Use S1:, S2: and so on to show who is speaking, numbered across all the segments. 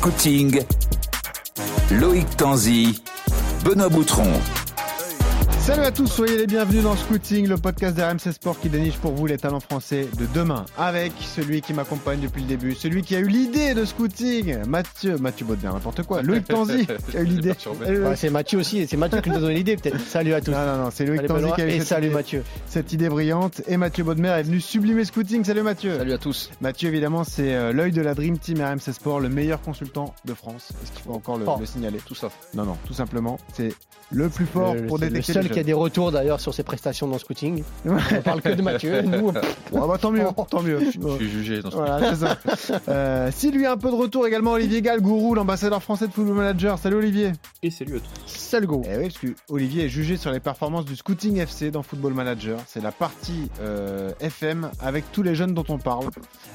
S1: Coaching, Loïc Tanzi, Benoît Boutron.
S2: Salut à tous, soyez les bienvenus dans Scouting, le podcast d'RMC Sport qui déniche pour vous les talents français de demain. Avec celui qui m'accompagne depuis le début, celui qui a eu l'idée de Scouting, Mathieu, Mathieu Baudin, n'importe quoi, Loïc Tanzi qui a eu l'idée. Euh,
S3: Ouais, c'est Mathieu aussi, c'est Mathieu qui nous a donné l'idée peut-être. Salut à tous.
S2: Non, non, non, c'est Loïc
S3: Salut
S2: Tanzi
S3: Benoît
S2: qui a eu
S3: et
S2: cette
S3: salut
S2: idée-
S3: Mathieu.
S2: cette idée brillante. Et Mathieu Baudemer est venu sublimer Scouting. Salut Mathieu.
S4: Salut à tous.
S2: Mathieu, évidemment, c'est euh, l'œil de la Dream Team RMC Sport, le meilleur consultant de France. Est-ce qu'il faut encore le,
S3: Fort.
S2: le signaler
S4: Tout ça.
S2: Non, non, tout simplement, c'est le plus fort
S3: Le- le-
S2: pour
S3: c'est
S2: détecter
S3: le
S2: les
S3: seul qui a
S2: jeunes.
S3: des retours d'ailleurs sur ses prestations dans Scouting.
S2: Ouais.
S3: On parle que de Mathieu, nous.
S2: Ouais, bah, tant mieux,
S3: Oh.
S2: tant mieux.
S4: Je suis jugé dans ce
S2: Voilà, c'est ça. Euh, si lui a un peu de retour également, Olivier Galgourou, l'ambassadeur français de Football Manager. Salut Olivier.
S5: Et salut à tous.
S3: Seul go.
S2: Eh oui, parce que Olivier est jugé sur les performances du Scouting FC dans Football Manager. C'est la partie euh, FM avec tous les jeunes dont on parle.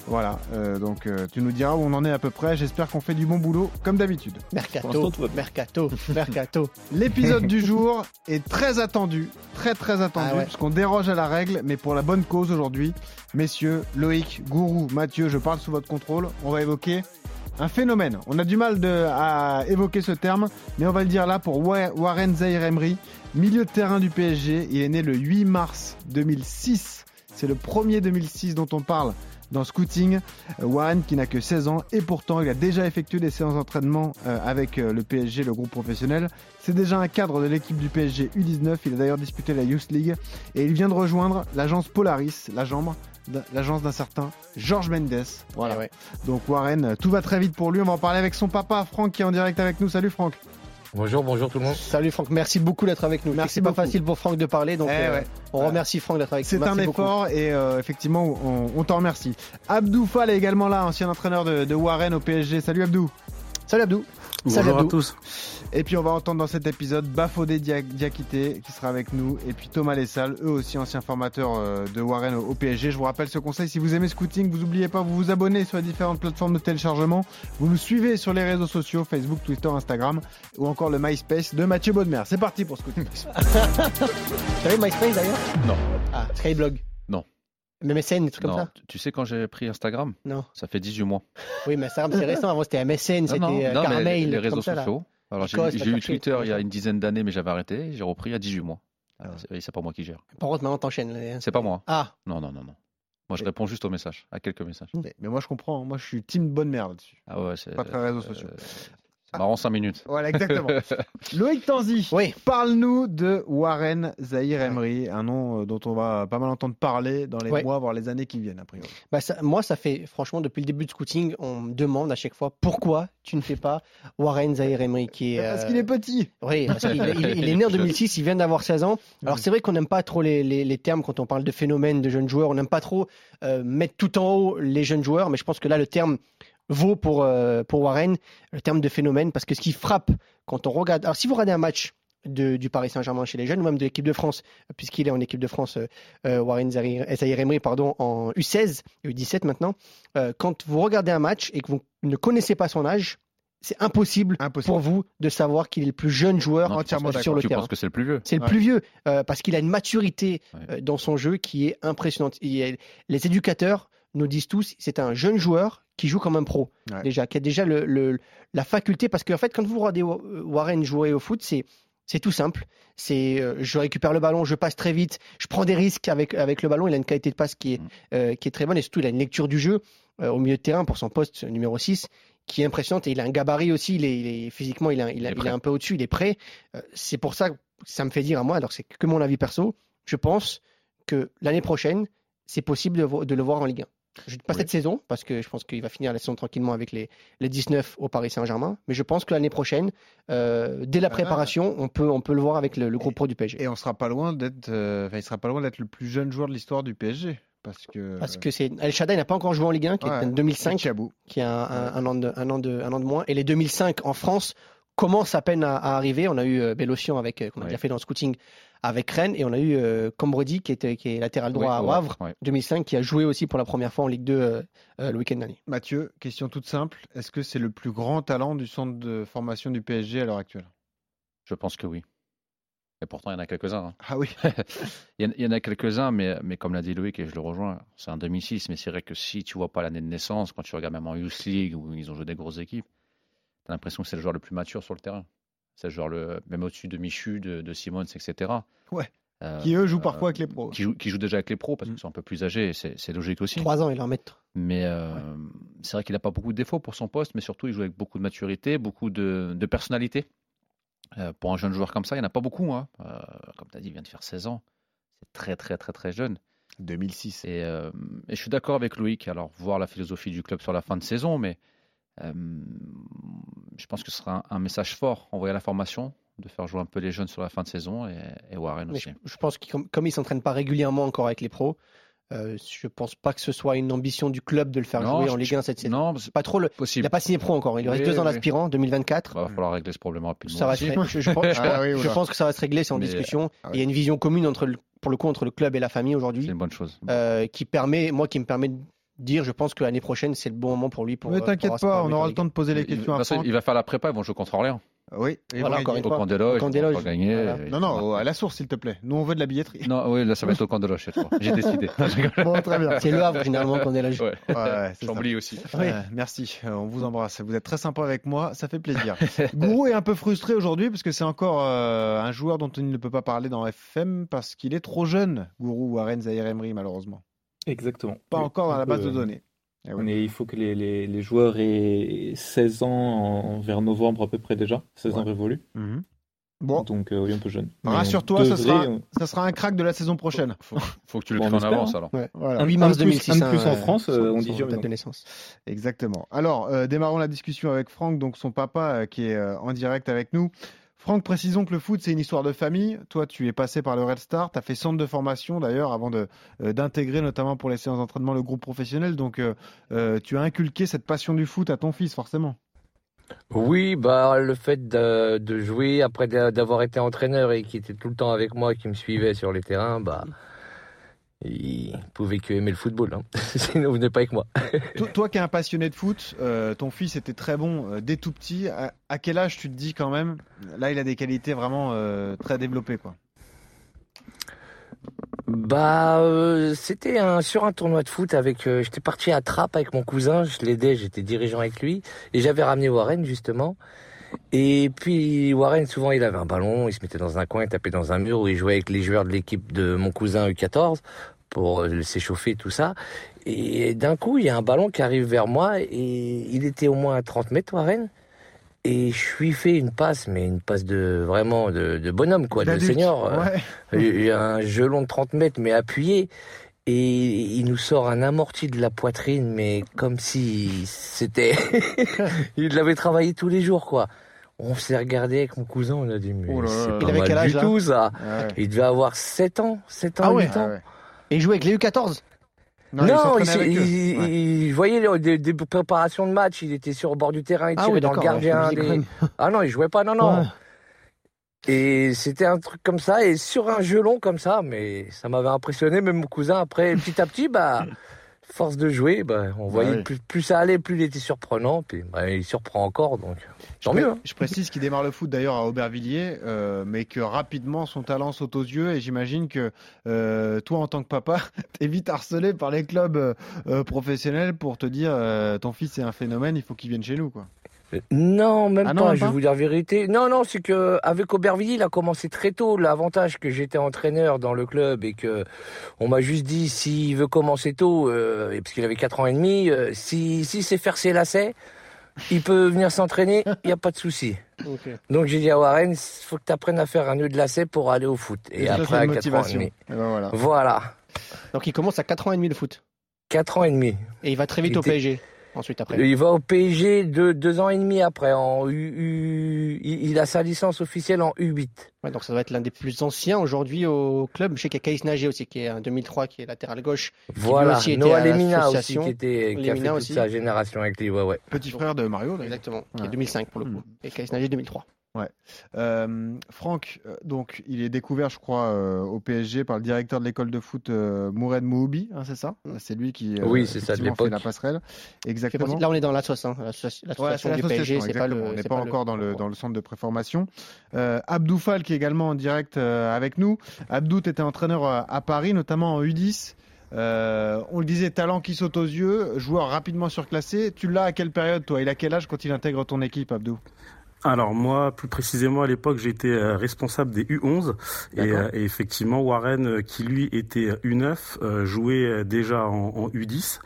S2: Voilà, euh, donc euh, tu nous diras où on en est à peu près. J'espère qu'on fait du bon boulot, comme d'habitude.
S5: Pour l'instant,
S3: Mercato,
S5: tout va bien.
S3: mercato, mercato.
S2: L'épisode du jour est très attendu, très très attendu,
S3: Ah ouais.
S2: parce qu'on déroge à la règle, mais pour la bonne cause aujourd'hui. Messieurs, Loïc, Gourou, Mathieu, je parle sous votre contrôle. On va évoquer un phénomène. On a du mal de- à évoquer ce terme, mais on va le dire là pour Wa- Warren Zaïre Emery, milieu de terrain du PSG. Il est né le 8 mars 2006. C'est le premier 2006 dont on parle dans Scouting. Euh, Warren qui n'a que 16 ans et pourtant il a déjà effectué des séances d'entraînement euh, avec euh, le PSG, le groupe professionnel. C'est déjà un cadre de l'équipe du PSG U19. Il a d'ailleurs disputé la Youth League et il vient de rejoindre l'agence Polaris, la jambe d'un- l'agence d'un certain Georges Mendes. Voilà.
S3: Eh ouais.
S2: Donc Warren, euh, tout va très vite pour lui. On va en parler avec son papa Franck qui est en direct avec nous. Salut Franck.
S6: Bonjour, bonjour tout le monde.
S3: Salut Franck, merci beaucoup d'être avec nous.
S2: Merci
S3: C'est pas
S2: beaucoup.
S3: facile pour Franck de parler, donc
S2: Eh
S3: euh,
S2: ouais.
S3: on remercie Franck d'être avec nous.
S2: C'est un
S3: Merci beaucoup.
S2: effort et euh, effectivement on, on t'en remercie. Abdou Fall est également là, ancien entraîneur de, de Warren au PSG. Salut Abdou.
S3: Salut Abdou. Salut
S6: Bonjour à
S3: Abdou.
S6: tous.
S2: Et puis on va entendre dans cet épisode Bafodé Dia- Diakité qui sera avec nous et puis Thomas Lessal, eux aussi anciens formateurs euh, de Warren au- au PSG. Je vous rappelle ce conseil, si vous aimez Scouting, vous n'oubliez pas, vous vous abonnez sur les différentes plateformes de téléchargement, vous nous suivez sur les réseaux sociaux, Facebook, Twitter, Instagram ou encore le MySpace de Mathieu Baudemer. C'est parti pour Scouting.
S3: T'as vu MySpace d'ailleurs
S4: Non.
S3: Ah, Skyblog.
S4: Non.
S3: Mais MSN, des trucs comme
S4: Non,
S3: ça
S4: tu- tu sais quand j'ai pris Instagram
S3: Non.
S4: Ça fait 18 mois.
S3: Oui, mais Instagram c'est récent. Avant c'était MSN, c'était
S4: Non, non,
S3: euh,
S4: non, mais
S3: Carmail.
S4: les, les
S3: des trucs
S4: réseaux
S3: comme ça, là.
S4: sociaux. Alors j'ai
S3: Pico,
S4: j'ai
S3: c'est pas
S4: eu
S3: cherché,
S4: Twitter il y a
S3: c'est
S4: une dizaine d'années, mais j'avais arrêté. J'ai repris il y a 18 mois.
S3: Ah
S4: Alors, c'est- C'est pas moi qui gère.
S3: Par contre, maintenant t'enchaînes. les-
S4: C'est pas moi. hein.
S3: Ah,
S4: Non, non, non, non. Moi, je réponds juste aux messages, à quelques messages.
S2: mais, mais moi je comprends, hein. moi je suis team bonne merde là-dessus.
S4: Ah ouais, c'est.
S2: Pas très réseaux sociaux.
S4: euh, c'est marrant 5 minutes.
S2: Voilà, exactement. Loïc Tanzi,
S3: oui.
S2: parle-nous de Warren Zahir Emery, un nom euh, dont on va pas mal entendre parler dans les
S3: Ouais.
S2: mois, voire les années qui viennent, a priori.
S3: Bah, ça- moi, ça fait franchement depuis le début de scouting, on me demande à chaque fois pourquoi tu ne fais pas Warren Zahir Emery qui est.
S2: Parce
S3: euh,
S2: qu'il est petit.
S3: Oui, parce qu'il il- il est né en 2006, il vient d'avoir 16 ans. Alors
S2: Mm.
S3: c'est vrai qu'on n'aime pas trop les, les- les termes quand on parle de phénomène de jeunes joueurs, on n'aime pas trop euh, mettre tout en haut les jeunes joueurs, mais je pense que là le terme vaut pour, euh, pour Warren, le terme de phénomène, parce que ce qui frappe quand on regarde... Alors si vous regardez un match de- du Paris Saint-Germain chez les jeunes, ou même de l'équipe de France, euh, puisqu'il est en équipe de France, euh, euh, Warren Zahir Zahir Emery, pardon, en U16, U17 maintenant, euh, quand vous regardez un match et que vous ne connaissez pas son âge, c'est impossible
S2: Impossible.
S3: pour vous de savoir qu'il est le plus jeune joueur
S4: Non, tu
S2: entièrement
S4: penses-
S3: sur le
S4: Tu
S3: terrain.
S4: penses que c'est le plus vieux
S3: C'est le
S2: Ouais.
S3: plus vieux euh, parce qu'il a une maturité
S4: Ouais.
S3: euh, dans son jeu qui est impressionnante. Il est- les éducateurs nous disent tous, c'est un jeune joueur qui joue comme un pro
S2: Ouais.
S3: déjà, qui a déjà le, le- la faculté parce qu'en fait, quand vous regardez Wa- euh, Warren jouer au foot, c'est c'est tout simple. C'est euh, je récupère le ballon, je passe très vite, je prends des risques avec avec le ballon. Il a une qualité de passe qui est
S4: Mm.
S3: euh, qui est très bonne et surtout il a une lecture du jeu euh, au milieu de terrain pour son poste numéro 6 qui est impressionnante et il a un gabarit aussi. Il est, il est- physiquement, il, a- il, a-
S4: Il est
S3: il est
S4: prêt.
S3: un peu au-dessus, il est prêt. Euh, c'est pour ça que ça me fait dire à moi, alors c'est que mon avis perso, je pense que l'année prochaine, c'est possible de, vo- de le voir en Ligue 1. Je, pas
S4: Oui.
S3: cette saison, parce que je pense qu'il va finir la saison tranquillement avec les, les 19 au Paris Saint-Germain, mais je pense que l'année prochaine, euh, dès la
S2: Ah.
S3: préparation, on peut, on peut le voir avec le, le groupe pro du PSG.
S2: Et on sera pas loin d'être, euh, enfin, il sera pas loin d'être le plus jeune joueur de l'histoire du PSG, parce que.
S3: Parce que c'est El Shaddai n'a pas encore joué en Ligue 1, qui
S2: Ouais.
S3: est en 2005,
S2: Chabou.
S3: qui a un, un- un an de, un, an de, un an de moins. Et les 2005 en France commencent à peine à, à arriver. On a eu euh, Bélocian avec, euh, qu'on a
S4: Ouais.
S3: déjà fait dans le scouting avec Rennes, et on a eu euh, Cambredi qui, était, qui est latéral droit
S4: Ouais,
S3: à
S4: ouais,
S3: Wavre,
S4: ouais.
S3: 2005, qui a joué aussi pour la première fois en Ligue 2 euh, euh, le week-end dernier.
S2: Mathieu, question toute simple. Est-ce que c'est le plus grand talent du centre de formation du PSG à l'heure actuelle
S4: Je pense que oui. Et pourtant, il y en a quelques-uns. hein.
S2: Ah oui.
S4: Il y en- il y en a quelques-uns, mais, mais comme l'a dit Loïc, et je le rejoins, c'est en 2006. Mais c'est vrai que si tu vois pas l'année de naissance, quand tu regardes même en Youth League, où ils ont joué des grosses équipes, T'as l'impression que c'est le joueur le plus mature sur le terrain. C'est le joueur le, même au-dessus de Michu, de, de Simons, etc.
S2: Ouais.
S4: Euh,
S2: qui eux jouent
S4: euh,
S2: parfois avec les pros.
S4: qui, jouent, qui jouent déjà avec les pros parce
S2: Mm.
S4: qu'ils sont un peu plus âgés. et C'est c'est logique aussi.
S3: Trois ans, il est en maître.
S4: Mais euh, c'est vrai qu'il n'a pas beaucoup de défauts pour son poste, mais surtout, il joue avec beaucoup de maturité, beaucoup de, de personnalité. Euh, pour un jeune joueur comme ça, il n'y en a pas beaucoup. hein. Euh, comme tu as dit, il vient de faire 16 ans. C'est très, très, très, très jeune.
S5: 2006.
S4: Et, euh, et je suis d'accord avec Loïc. Alors, voir la philosophie du club sur la fin de saison, mais euh, je pense que ce sera un, un message fort envoyé à la formation de faire jouer un peu les jeunes sur la fin de saison et, et Warren
S3: Mais
S4: aussi.
S3: je, je pense que comme, comme il ne s'entraîne pas régulièrement encore avec les pros, euh, je pense pas que ce soit une ambition du club de le faire
S4: Non,
S3: jouer en
S4: je-
S3: Ligue 1 cette saison.
S4: Non, c'est
S3: Pas trop le- Il
S4: possible.
S3: n'a pas signé pro encore. Il lui reste
S4: Oui,
S3: deux ans
S4: oui.
S3: d'aspirant, 2024.
S4: Il va falloir régler ce problème rapidement.
S3: Ça va se
S4: aussi.
S3: ré- je, je pense, je-
S5: Ah oui,
S3: je
S5: oula.
S3: pense que ça va se régler, c'est en
S4: Mais,
S3: discussion.
S5: ah
S3: Il y a une vision commune entre le- pour le coup entre le club et la famille
S4: C'est
S3: aujourd'hui,
S4: une bonne chose.
S3: euh, qui permet, moi, qui me permet de dire, je pense que l'année prochaine c'est le bon moment pour lui. Pour,
S2: Mais
S3: euh, pour
S2: t'inquiète
S3: avoir sa
S2: pas,
S3: première
S2: on aura
S3: victoire en
S2: le
S3: Ligue
S2: temps de poser les
S4: Il- de
S2: questions
S4: toute
S2: à
S4: façon,
S2: Franck.
S4: il va faire la prépa, ils vont jouer contre Orléans.
S2: Oui, et
S3: Voilà,
S2: vous
S3: encore
S2: allez
S3: une
S2: dire-
S4: Au
S3: fois,
S4: camp des loges,
S3: au camp
S4: ils
S3: des
S4: vont
S3: loges.
S4: encore gagner.
S3: Voilà.
S4: et-
S2: Non, non, à la source, s'il te plaît. Nous, on veut de la billetterie.
S4: Non, oui, là, ça va être au camp de loge cette fois. J'ai décidé. Je rigole.
S2: bon, très bien.
S3: Ligue. C'est le Havre généralement qu'on est là.
S4: Ouais.
S5: Ouais, ouais, c'est ça.
S4: Chambly aussi.
S3: Oui.
S2: Euh, merci, Euh, on vous embrasse. Vous êtes très sympa avec moi, ça fait plaisir. Gourou est un peu frustré aujourd'hui parce que c'est encore euh, un joueur dont il ne peut pas parler dans FM parce qu'il est trop jeune. Gourou Warren Zahir Emery, malheureusement.
S7: Exactement.
S2: Pas
S7: Oui,
S2: encore dans
S7: un
S2: la
S7: peu,
S2: base de
S7: euh,
S2: données. Eh oui.
S7: on est- il faut que les, les- les joueurs aient 16 ans en- vers novembre à peu près déjà, 16 ans révolus.
S2: Mhm. Bon,
S7: Donc euh, oui, un peu jeune. Mais on
S2: Rassure-toi, ça
S7: devrait,
S2: sera-
S7: euh,
S2: ça sera un crack de la saison prochaine.
S4: Faut, faut que tu le
S7: Bon, on
S4: cries en
S7: espère,
S4: avance
S7: hein.
S4: alors.
S3: Ouais.
S2: Voilà.
S3: 8
S7: Un
S3: mars
S7: de plus-
S3: 2006.
S7: un de plus en
S3: hein,
S7: France,
S3: son-
S7: euh, on
S3: son
S7: dit jamais
S3: date
S7: non.
S3: de naissance.
S2: Exactement. Alors, euh, démarrons la discussion avec Franck, donc son papa euh, qui est euh, en direct avec nous. Franck, précisons que le foot, c'est une histoire de famille. Toi, tu es passé par le Red Star, tu as fait centre de formation d'ailleurs avant de, euh, d'intégrer notamment pour les séances d'entraînement le groupe professionnel. Donc, euh, euh, tu as inculqué cette passion du foot à ton fils, forcément.
S6: Oui, bah, le fait de, de jouer, après d'a- d'avoir été entraîneur et qui était tout le temps avec moi, qui me suivait sur les terrains, bah, il pouvait que aimer le football. Hein. Sinon, vous venez pas avec moi.
S2: To- toi qui es un passionné de foot, euh, ton fils était très bon euh, dès tout petit. À, à quel âge tu te dis quand même, là, il a des qualités vraiment euh, très développées quoi.
S6: Bah, euh, c'était un, sur un tournoi de foot avec. euh, J'étais parti à Trappes avec mon cousin, je l'aidais, j'étais dirigeant avec lui. Et j'avais ramené Warren, justement. Et puis, Warren, souvent, il avait un ballon, il se mettait dans un coin, il tapait dans un mur où il jouait avec les joueurs de l'équipe de mon cousin U14 pour euh, s'échauffer, tout ça. Et d'un coup, il y a un ballon qui arrive vers moi et il était au moins à 30 mètres, Warren. Et je lui fais une passe, mais une passe de vraiment de, de bonhomme, quoi, de
S2: D'adulte.
S6: senior. euh,
S2: Ouais.
S6: il y a un gelon de 30 mètres, mais appuyé. Et il nous sort un amorti de la poitrine, mais comme si c'était. il l'avait travaillé tous les jours, quoi. On s'est regardé avec mon cousin, on a dit, mais
S2: Oh là là.
S6: c'est pas
S3: Il avait
S6: mal
S3: quel âge,
S6: du
S3: là
S6: tout, ça.
S2: Ah ouais.
S6: Il devait avoir 7 ans, 7 ans,
S2: Ah ouais.
S6: 8 ans.
S2: Ah ouais.
S3: Et il joue avec les U14.
S6: Non, il,
S2: s'entraînait
S6: s'est-
S2: avec eux.
S6: il-
S2: Ouais.
S6: il- vous voyez, les- des, des préparations de match, il était sur le bord du terrain, il tirait dans le
S3: d'accord, ouais,
S6: gardien.
S3: je me
S6: des-
S3: disais quand
S6: Ah non, il jouait pas, non, non.
S3: même. Ouais.
S6: Et c'était un truc comme ça, et sur un gelon comme ça, mais ça m'avait impressionné, même mon cousin, après, petit à petit, bah, force de jouer, bah, on voyait,
S2: oui.
S6: plus, plus ça allait, plus il était surprenant, puis bah, il surprend encore, donc tant mieux. hein.
S2: Je précise qu'il démarre le foot d'ailleurs à Aubervilliers, euh, mais que rapidement son talent saute aux yeux et j'imagine que euh, toi en tant que papa, t'es vite harcelé par les clubs euh, euh, professionnels pour te dire euh, ton fils est un phénomène, il faut qu'il vienne chez nous quoi.
S6: Non, même pas,
S2: Ah non, même
S6: je
S2: pas
S6: vais vous dire la vérité. Non, non, c'est que avec Aubervilliers, il a commencé très tôt. L'avantage que j'étais entraîneur dans le club et que on m'a juste dit s'il veut commencer tôt, euh, et parce qu'il avait 4 ans et demi, euh, si, si c'est faire ses lacets, il peut venir s'entraîner, il n'y a pas de souci.
S3: Ok.
S6: Donc j'ai dit à Warren, il faut que tu apprennes à faire un nœud de lacet pour aller au foot. Et,
S2: ça,
S6: après,
S2: c'est
S6: à
S2: une
S6: 4 ans et demi.
S2: Et ben voilà.
S6: Voilà,
S3: Donc il commence à 4 ans et demi le foot.
S6: 4 ans et demi.
S3: Et il va très vite
S6: Il
S3: au
S6: était-
S3: PSG. Ensuite après.
S6: Il va au PSG de 2 ans et demi après. En U, U- il il a sa licence officielle en U8.
S3: Ouais, donc ça doit être l'un des plus anciens aujourd'hui au club. Je sais qu'il y a Kaïs Nagy aussi qui est un 2003 qui est latéral gauche.
S6: Voilà,
S3: aussi était à
S6: Noah Lemina aussi,
S3: l'association.
S6: qui, était, qui a
S3: Lemina
S6: fait toute
S3: aussi.
S6: sa génération avec lui, ouais, ouais.
S2: Petit frère de Mario d'ailleurs.
S3: Exactement. Qui
S2: Ouais. Hmm.
S3: est 2005 pour le coup. Et Kaïs Nagy 2003.
S2: Euh, Franck, euh, donc il est découvert, je crois, euh, au PSG par le directeur de l'école de foot euh, Moured Mouhoubi, hein, c'est ça C'est lui qui euh,
S6: Oui, c'est ça, de
S2: effectivement, fait
S6: l'époque.
S2: la passerelle.
S3: Il Hmm. fait partie-
S2: Exactement.
S3: Là on est dans l'assoce, hein, l'associ-
S2: Ouais,
S3: l'association
S2: c'est
S3: du
S2: l'association,
S3: PSG. C'est pas le.
S2: exactement. On n'est
S3: c'est
S2: pas,
S3: le-
S2: encore dans, le, dans le centre de préformation. Euh, Abdou Fall qui est également en direct euh, avec nous. Abdou, tu étais entraîneur à, à Paris, euh, notamment en U10. Euh, on le disait, talent qui saute aux yeux, joueur rapidement surclassé. Tu l'as à quelle période, toi Il a quel âge quand il intègre ton équipe, Abdou
S5: Alors moi, plus précisément à l'époque, j'étais euh, responsable des U11 et,
S4: D'accord.
S5: euh, et effectivement Warren, euh, qui lui était U9, euh, jouait euh, déjà en, en U10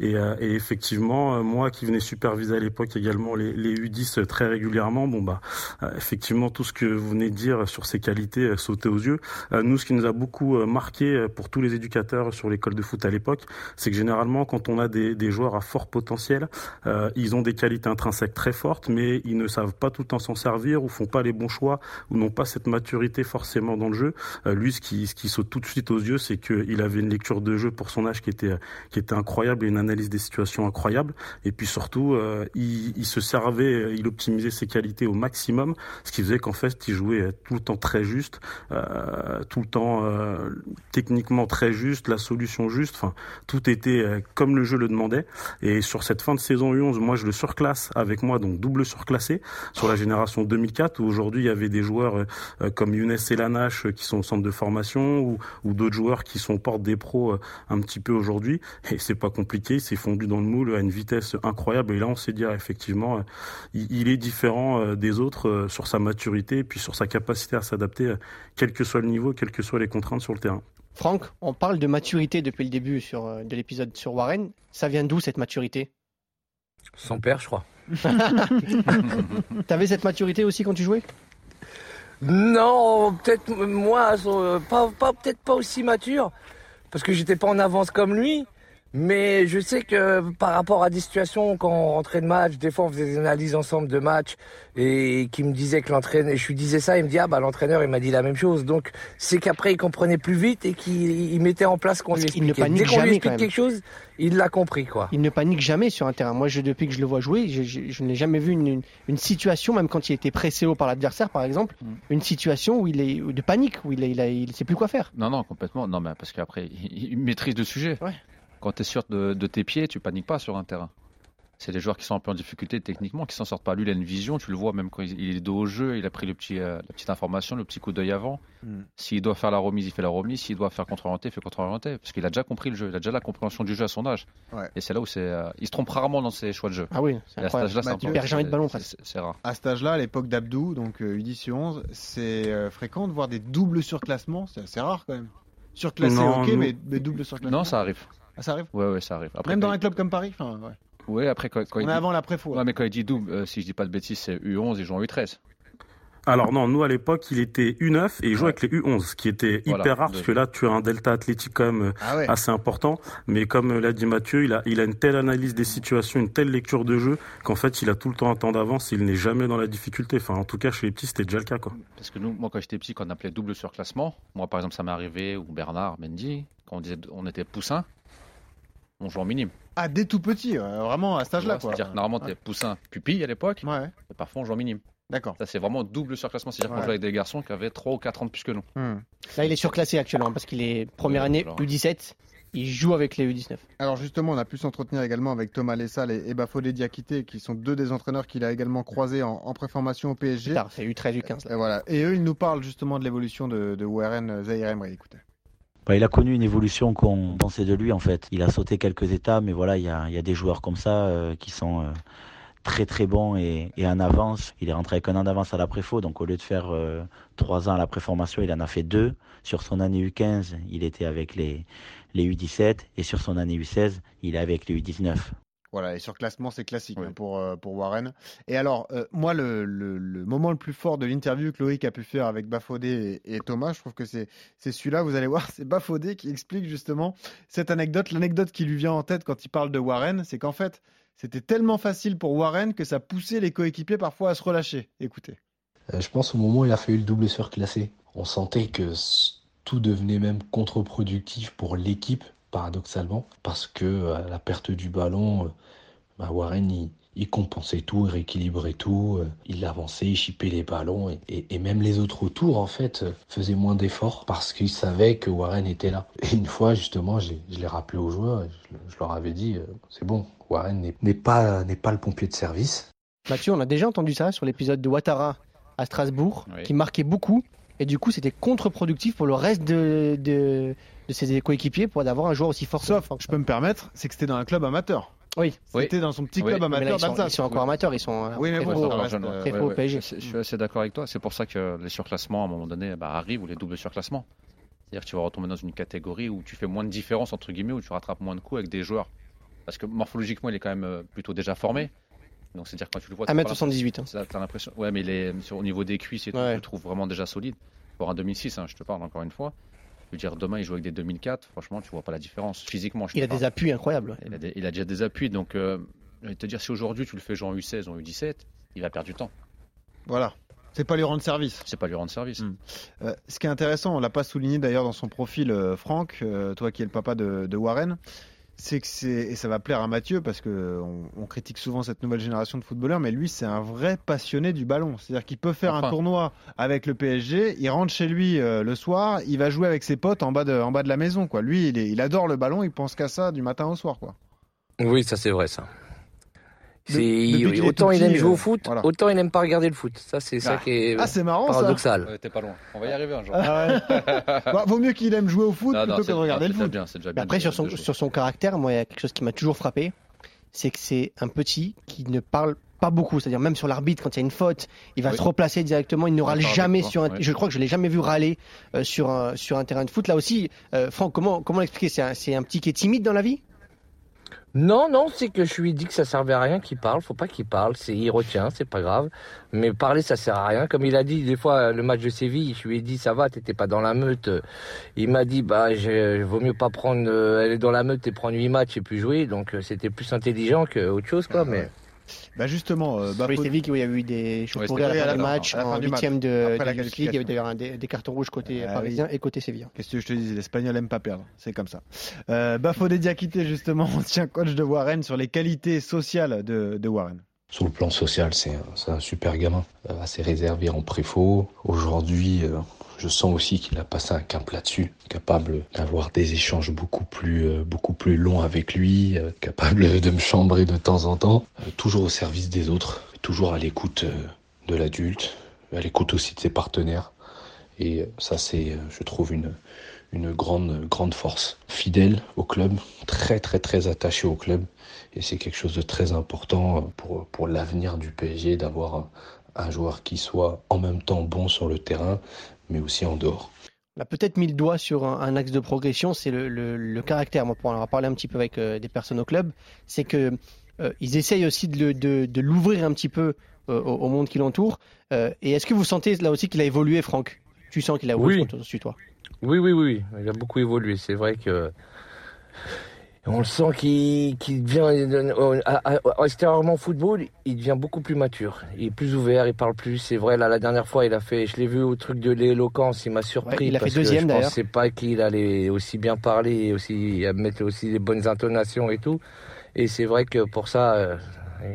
S5: et, euh, et effectivement euh, moi qui venais superviser à l'époque également les, les U10 euh, très régulièrement, bon bah euh, effectivement tout ce que vous venez de dire sur ses qualités euh, sautait aux yeux. Euh, nous, ce qui nous a beaucoup euh, marqué euh, pour tous les éducateurs sur l'école de foot à l'époque, c'est que généralement quand on a des, des joueurs à fort potentiel euh, ils ont des qualités intrinsèques très fortes, mais ils ne savent pas tout le temps s'en servir ou font pas les bons choix ou n'ont pas cette maturité forcément dans le jeu. Euh, lui, ce qui, ce qui saute tout de suite aux yeux, c'est qu'il avait une lecture de jeu pour son âge qui était, qui était incroyable et une analyse des situations incroyable. Et puis surtout, euh, il, il se servait, euh, il optimisait ses qualités au maximum, ce qui faisait qu'en fait, il jouait euh, tout le temps très juste, euh, tout le temps euh, techniquement très juste, la solution juste. Enfin, tout était euh, comme le jeu le demandait. Et sur cette fin de saison U11, moi je le surclasse avec moi, donc double surclassé, sur la génération 2004, où aujourd'hui il y avait des joueurs euh, euh, comme Younes Elanache euh, qui sont au centre de formation, ou, ou d'autres joueurs qui sont porte des pros euh, un petit peu aujourd'hui. Et c'est pas compliqué, il s'est fondu dans le moule à une vitesse incroyable. Et là on s'est dit, ah, effectivement, euh, il, il est différent euh, des autres euh, sur sa maturité, et puis sur sa capacité à s'adapter, euh, quel que soit le niveau, quelles que soient les contraintes sur le terrain.
S3: Franck, on parle de maturité depuis le début sur, euh, de l'épisode sur Warren. Ça vient d'où cette maturité
S6: Son père, je crois.
S3: T'avais cette maturité aussi quand tu jouais
S6: Non, peut-être euh, moi, euh, pas, pas- peut-être pas aussi mature, parce que j'étais pas en avance comme lui. Mais je sais que par rapport à des situations, quand on rentrait de match, des fois on faisait des analyses ensemble de match, et qui me disait que l'entraîneur, je lui disais ça, il me dit ah bah l'entraîneur il m'a dit la même chose. Donc c'est qu'après il comprenait plus vite et qu'il il mettait en place ce qu'on lui
S3: Parce qu'il ne
S6: expliquait. Dès
S3: panique
S6: qu'on lui
S3: jamais,
S6: explique
S3: quand même.
S6: quelque chose, il l'a compris quoi.
S3: Il ne panique jamais sur un terrain. Moi, je, depuis que je le vois jouer, je, je- je n'ai jamais vu une, une- une situation, même quand il était pressé haut par l'adversaire, par exemple,
S4: Mm.
S3: une situation où il est de panique, où il ne sait plus quoi faire.
S4: Non, non, complètement. Non, mais parce qu'après, il, il maîtrise le sujet.
S3: Ouais.
S4: Quand tu es sûr de, de tes pieds, tu paniques pas sur un terrain. C'est les joueurs qui sont un peu en difficulté techniquement, qui s'en sortent pas. Lui, il a une vision, tu le vois même quand il, il est dos au jeu, il a pris le petit, euh, la petite information, le petit coup d'œil avant.
S2: Mm.
S4: S'il doit faire la remise, il fait la remise. S'il doit faire contre-orienté, il fait contre-orienté. Parce qu'il a déjà compris le jeu, il a déjà la compréhension du jeu à son âge.
S2: Ouais.
S4: Et c'est là où c'est, euh, il se trompe rarement dans ses choix de jeu.
S3: Ah oui, c'est
S4: Et à cet
S3: incroyable.
S4: âge-là, c'est
S2: Bah,
S4: un
S2: tu
S4: peu-
S3: perds jamais de ballon,
S4: c'est-
S3: presque.
S4: C'est c'est rare.
S2: À cet âge-là, à l'époque d'Abdou, donc euh, U10 U11, c'est euh, fréquent de voir des doubles surclassements. C'est assez rare quand même. Surclassé,
S5: Non,
S2: ok,
S5: nous-
S2: mais, mais double surclassement.
S4: Non, ça arrive.
S2: Ah, ça arrive.
S4: Ouais, ouais, ça arrive. Après,
S2: Même dans
S4: quand
S2: un club comme Paris. Enfin, ouais.
S4: il- ouais, après, quand- quand il
S2: On est
S4: dit-
S2: avant hein. l'après-faux.
S4: Ouais, mais quand il dit double, euh, si je dis pas de bêtises, c'est U11, ils jouent en U13.
S5: Alors non, nous à l'époque, il était U9 et il jouait avec les U11, ce qui était hyper
S4: Voilà,
S5: rare
S4: de-
S5: parce que là, tu as un delta athlétique quand même euh,
S2: Ah ouais.
S5: assez important. Mais comme euh, l'a dit Mathieu, il a, il a une telle analyse des situations, une telle lecture de jeu qu'en fait, il a tout le temps un temps d'avance. Il n'est jamais dans la difficulté. Enfin, en tout cas, chez les petits, c'était déjà le cas. Quoi.
S4: Parce que nous, moi, quand j'étais petit, quand on appelait double surclassement, moi, par exemple, ça m'est arrivé, ou Bernard, Mendy, quand on disait on était poussin, on jouait en minime.
S2: Ah, dès tout petit, euh, vraiment à cet
S4: Tu
S2: âge-là.
S4: vois,
S2: quoi.
S4: C'est-à-dire que normalement, t'es poussin pupille à l'époque,
S2: Ouais, ouais.
S4: et parfois on joue en minime.
S2: d'accord.
S4: Ça, c'est vraiment double surclassement. C'est-à-dire qu'on
S2: Ouais.
S4: jouait avec des garçons qui avaient 3 ou 4 ans de plus que nous.
S2: Hmm.
S3: Là, il est surclassé actuellement parce qu'il est première
S4: Ouais,
S3: année
S4: alors.
S3: U17. Il joue avec les U19.
S2: Alors justement, on a pu s'entretenir également avec Thomas Lessal et Ebafodé Diakité, qui sont deux des entraîneurs qu'il a également croisés en, en préformation au
S3: Plus
S2: PSG.
S3: tard, c'est U13, U15. là.
S2: Et, voilà. et eux, ils nous parlent justement de l'évolution de, de Warren Zahir Emery. Écoutez.
S8: Bah, il a connu une évolution qu'on pensait de lui en fait. Il a sauté quelques états, mais voilà, il y a, il y a des joueurs comme ça euh, qui sont euh, très très bons et, et en avance. Il est rentré avec un an d'avance à la préfo, donc au lieu de faire euh, trois ans à la préformation, il en a fait deux. Sur son année U15, il était avec les, les U17 et sur son année U16, il est avec les U19.
S2: Voilà, et sur classement, c'est classique
S4: Oui.
S2: hein, pour, euh, pour Warren. Et alors, euh, moi, le, le- le moment le plus fort de l'interview que Loïc a pu faire avec Bafodé et, et Thomas, je trouve que c'est c'est celui-là, vous allez voir, c'est Bafodé qui explique justement cette anecdote. L'anecdote qui lui vient en tête quand il parle de Warren, c'est qu'en fait, c'était tellement facile pour Warren que ça poussait les coéquipiers parfois à se relâcher. Écoutez.
S9: Euh, Je pense au moment où il a fallu le double surclassé, on sentait que s- tout devenait même contre-productif pour l'équipe, paradoxalement, parce que euh, à la perte du ballon, euh, bah, Warren il, il compensait tout, il rééquilibrait tout, euh, il avançait, il chipait les ballons et, et- et même les autres autours en fait euh, faisaient moins d'efforts parce qu'ils savaient que Warren était là. Et une fois justement, j'ai- je l'ai rappelé aux joueurs, et je, je leur avais dit, euh, c'est bon, Warren n'est- n'est pas, n'est pas le pompier de service.
S3: Mathieu, on a déjà entendu ça sur l'épisode de Ouattara à Strasbourg,
S4: Oui.
S3: qui marquait beaucoup. Et du coup, c'était contre-productif pour le reste de, de- de ses coéquipiers pour avoir un joueur aussi fort. que
S2: Sauf,
S3: Franck.
S2: je peux me permettre, c'est que c'était dans un club amateur.
S3: Oui.
S4: Oui.
S2: C'était dans son petit
S4: Oui,
S2: club
S3: Mais là,
S2: amateur
S3: ils, sont, ils
S2: d'Alsace.
S3: sont encore amateurs, ils sont. euh,
S2: Oui, mais
S3: très
S2: bon,
S3: bons.
S2: ça
S4: encore
S2: reste,
S4: jeune, ouais.
S2: euh,
S3: très
S4: Ouais,
S3: faux au
S4: ouais.
S3: PSG.
S4: Je je suis assez d'accord avec toi. C'est pour ça que les surclassements, à un moment donné, bah, arrivent ou les doubles surclassements. C'est-à-dire que tu vas retomber dans une catégorie où tu fais moins de différence, entre guillemets, où tu rattrapes moins de coups avec des joueurs. Parce que morphologiquement, il est quand même euh, plutôt déjà formé. Donc, c'est-à-dire que quand tu le vois, t'as pas l'impression-
S3: 1m78. hein.
S4: t'as t'as l'impression. Ouais, mais les, sur, au niveau des cuisses, et tout,
S3: Ouais.
S4: tu le trouves vraiment déjà solide. Pour un 2006, hein, je te parle encore une fois. Je veux dire, demain, il joue avec des 2004. Franchement, tu vois pas la différence. Physiquement, je te
S3: Il a
S4: parle.
S3: des appuis incroyables. ouais.
S2: Mm.
S4: Il a, des- il a déjà des appuis, donc euh, je vais te dire si aujourd'hui tu le fais jouer en U16 en U17, il va perdre du temps.
S2: Voilà. C'est pas lui rendre service.
S4: C'est pas lui rendre service.
S2: Mm. Euh, ce qui est intéressant, on l'a pas souligné d'ailleurs dans son profil, euh, Franck, euh, toi qui es le papa de, de Warren, c'est que c'est et ça va plaire à Mathieu parce que on, on critique souvent cette nouvelle génération de footballeurs, mais lui c'est un vrai passionné du ballon, c'est-à-dire qu'il peut faire
S4: Enfin.
S2: un tournoi avec le PSG, il rentre chez lui euh, le soir, il va jouer avec ses potes en bas de en bas de la maison quoi. Lui il, est- il adore le ballon, il pense qu'à ça du matin au soir quoi.
S6: Oui, ça c'est vrai ça.
S2: De-
S6: C'est-
S2: depuis qu'il est
S6: autant
S2: tout
S6: il aime
S2: petit,
S6: jouer
S2: euh,
S6: au foot,
S2: voilà.
S6: autant il aime pas regarder le foot. Ça c'est ça
S4: Ah.
S6: qui est
S2: Ah c'est marrant ça. Ah
S6: paradoxal.
S4: Ouais, T'es pas loin. On va y arriver un jour.
S2: Bah, vaut mieux qu'il aime jouer au foot
S4: Ah. Non, non,
S2: plutôt que
S4: c'est-
S2: de regarder
S4: c'est
S2: le
S4: déjà
S2: foot.
S4: bien, c'est déjà
S3: Mais
S4: bien
S3: après,
S4: de-
S3: sur
S4: de
S3: son,
S4: jouer.
S3: sur son caractère, moi, il y a quelque chose qui m'a toujours frappé. C'est que c'est un petit qui ne parle pas beaucoup. C'est-à-dire, même sur l'arbitre, quand il y a une faute, il va
S4: Oui.
S3: se replacer directement. Il ne
S4: D'accord
S3: râle
S4: avec
S3: jamais
S4: toi,
S3: sur un.
S4: ouais.
S3: Je crois que je l'ai jamais vu râler euh, sur, un, sur un terrain de foot. Là aussi, euh, Franck, comment, comment l'expliquer C'est un, c'est un petit qui est timide dans la vie
S6: Non, non, c'est que je lui ai dit que ça servait à rien qu'il parle. Faut pas qu'il parle. C'est, il retient, c'est pas grave. Mais parler, ça sert à rien. Comme il a dit, des fois, le match de Séville, je lui ai dit, ça va, t'étais pas dans la meute. Il m'a dit, bah, je, vaut mieux pas prendre, euh, aller dans la meute et prendre huit matchs et puis jouer. Donc, euh, c'était plus intelligent qu'autre chose,
S2: Ah,
S6: quoi. mais
S2: Bah justement, euh,
S3: Oui,
S2: Bafo-
S3: c'est Vic, où il y a eu des choses
S4: Ouais,
S3: pour à
S2: c'était- oui,
S3: la fin
S2: à
S3: du
S2: la fin,
S3: match,
S2: à la fin
S3: en
S2: du match.
S3: huitième de,
S2: Après la
S3: de Youth League. Il y
S2: qualification.
S3: avait d'ailleurs un des, des cartons rouges côté
S2: Ah, oui.
S3: parisien et côté Séville.
S2: Qu'est-ce que je te dis L'espagnol aime pas perdre, c'est comme ça. Euh, Bafodé Diakité, justement, ancien coach de Warren, sur les qualités sociales de, de Warren.
S9: Sur le plan social, c'est un, c'est un super gamin, euh, assez réservé en préfaux. Aujourd'hui, euh, je sens aussi qu'il a passé un cap là-dessus, capable d'avoir des échanges beaucoup plus, euh, beaucoup plus longs avec lui, euh, capable de me chambrer de temps en temps, euh, toujours au service des autres, toujours à l'écoute euh, de l'adulte, à l'écoute aussi de ses partenaires. Et euh, ça, c'est, euh, je trouve, une, une grande, grande force. Fidèle au club, très, très, très attaché au club. Et c'est quelque chose de très important pour, pour l'avenir du PSG d'avoir un, un joueur qui soit en même temps bon sur le terrain, mais aussi en dehors.
S3: On a Bah, peut-être mis le doigt sur un, un axe de progression, c'est le, le- le caractère. Moi, pour en avoir parlé un petit peu avec euh, des personnes au club, c'est que euh, ils essayent aussi de, le- de- de l'ouvrir un petit peu euh, au, au monde qui l'entoure. Euh, et est-ce que vous sentez là aussi qu'il a évolué, Franck Tu sens qu'il a évolué
S6: Oui.
S3: sur- sur toi
S6: Oui, oui, oui, oui. il a beaucoup évolué. C'est vrai que on le sent qu'il qu'il devient euh, à- à- extérieurement football, il devient beaucoup plus mature, il est plus ouvert, il parle plus. C'est vrai là la dernière fois il a fait, je l'ai vu au truc de l'éloquence, il m'a surpris
S3: Ouais, il a fait
S6: parce
S3: deuxième,
S6: que je
S3: d'ailleurs.
S6: pensais pas qu'il allait aussi bien parler, et aussi mettre aussi les bonnes intonations et tout. Et c'est vrai que pour ça, euh,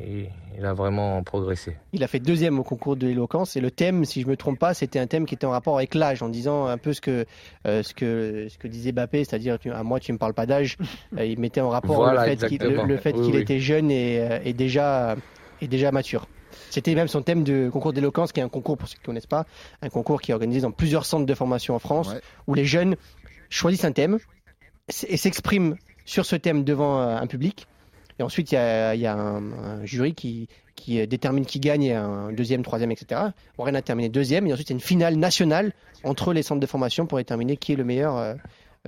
S6: il- il a vraiment progressé.
S3: Il a fait deuxième au concours de l'éloquence et le thème, si je me trompe pas, c'était un thème qui était en rapport avec l'âge, en disant un peu ce que euh, ce que ce que disait Bappé, c'est-à-dire tu- à moi tu me parles pas d'âge. Euh, il mettait en rapport
S6: Voilà,
S3: le fait qu'il le-
S6: exactement.
S3: le fait
S6: Oui,
S3: qu'il
S6: oui.
S3: était jeune et, euh, et déjà et déjà mature. C'était même son thème de concours d'éloquence, qui est un concours pour ceux qui ne connaissent pas, un concours qui est organisé dans plusieurs centres de formation en France,
S2: Ouais.
S3: où les jeunes choisissent un thème s- et s'expriment sur ce thème devant euh, un public. Et ensuite, il y a, il y a un, un jury qui, qui euh, détermine qui gagne, et un deuxième, troisième, etc. Warren a terminé deuxième. Et ensuite, il y a une finale nationale entre les centres de formation pour déterminer qui est le meilleur euh,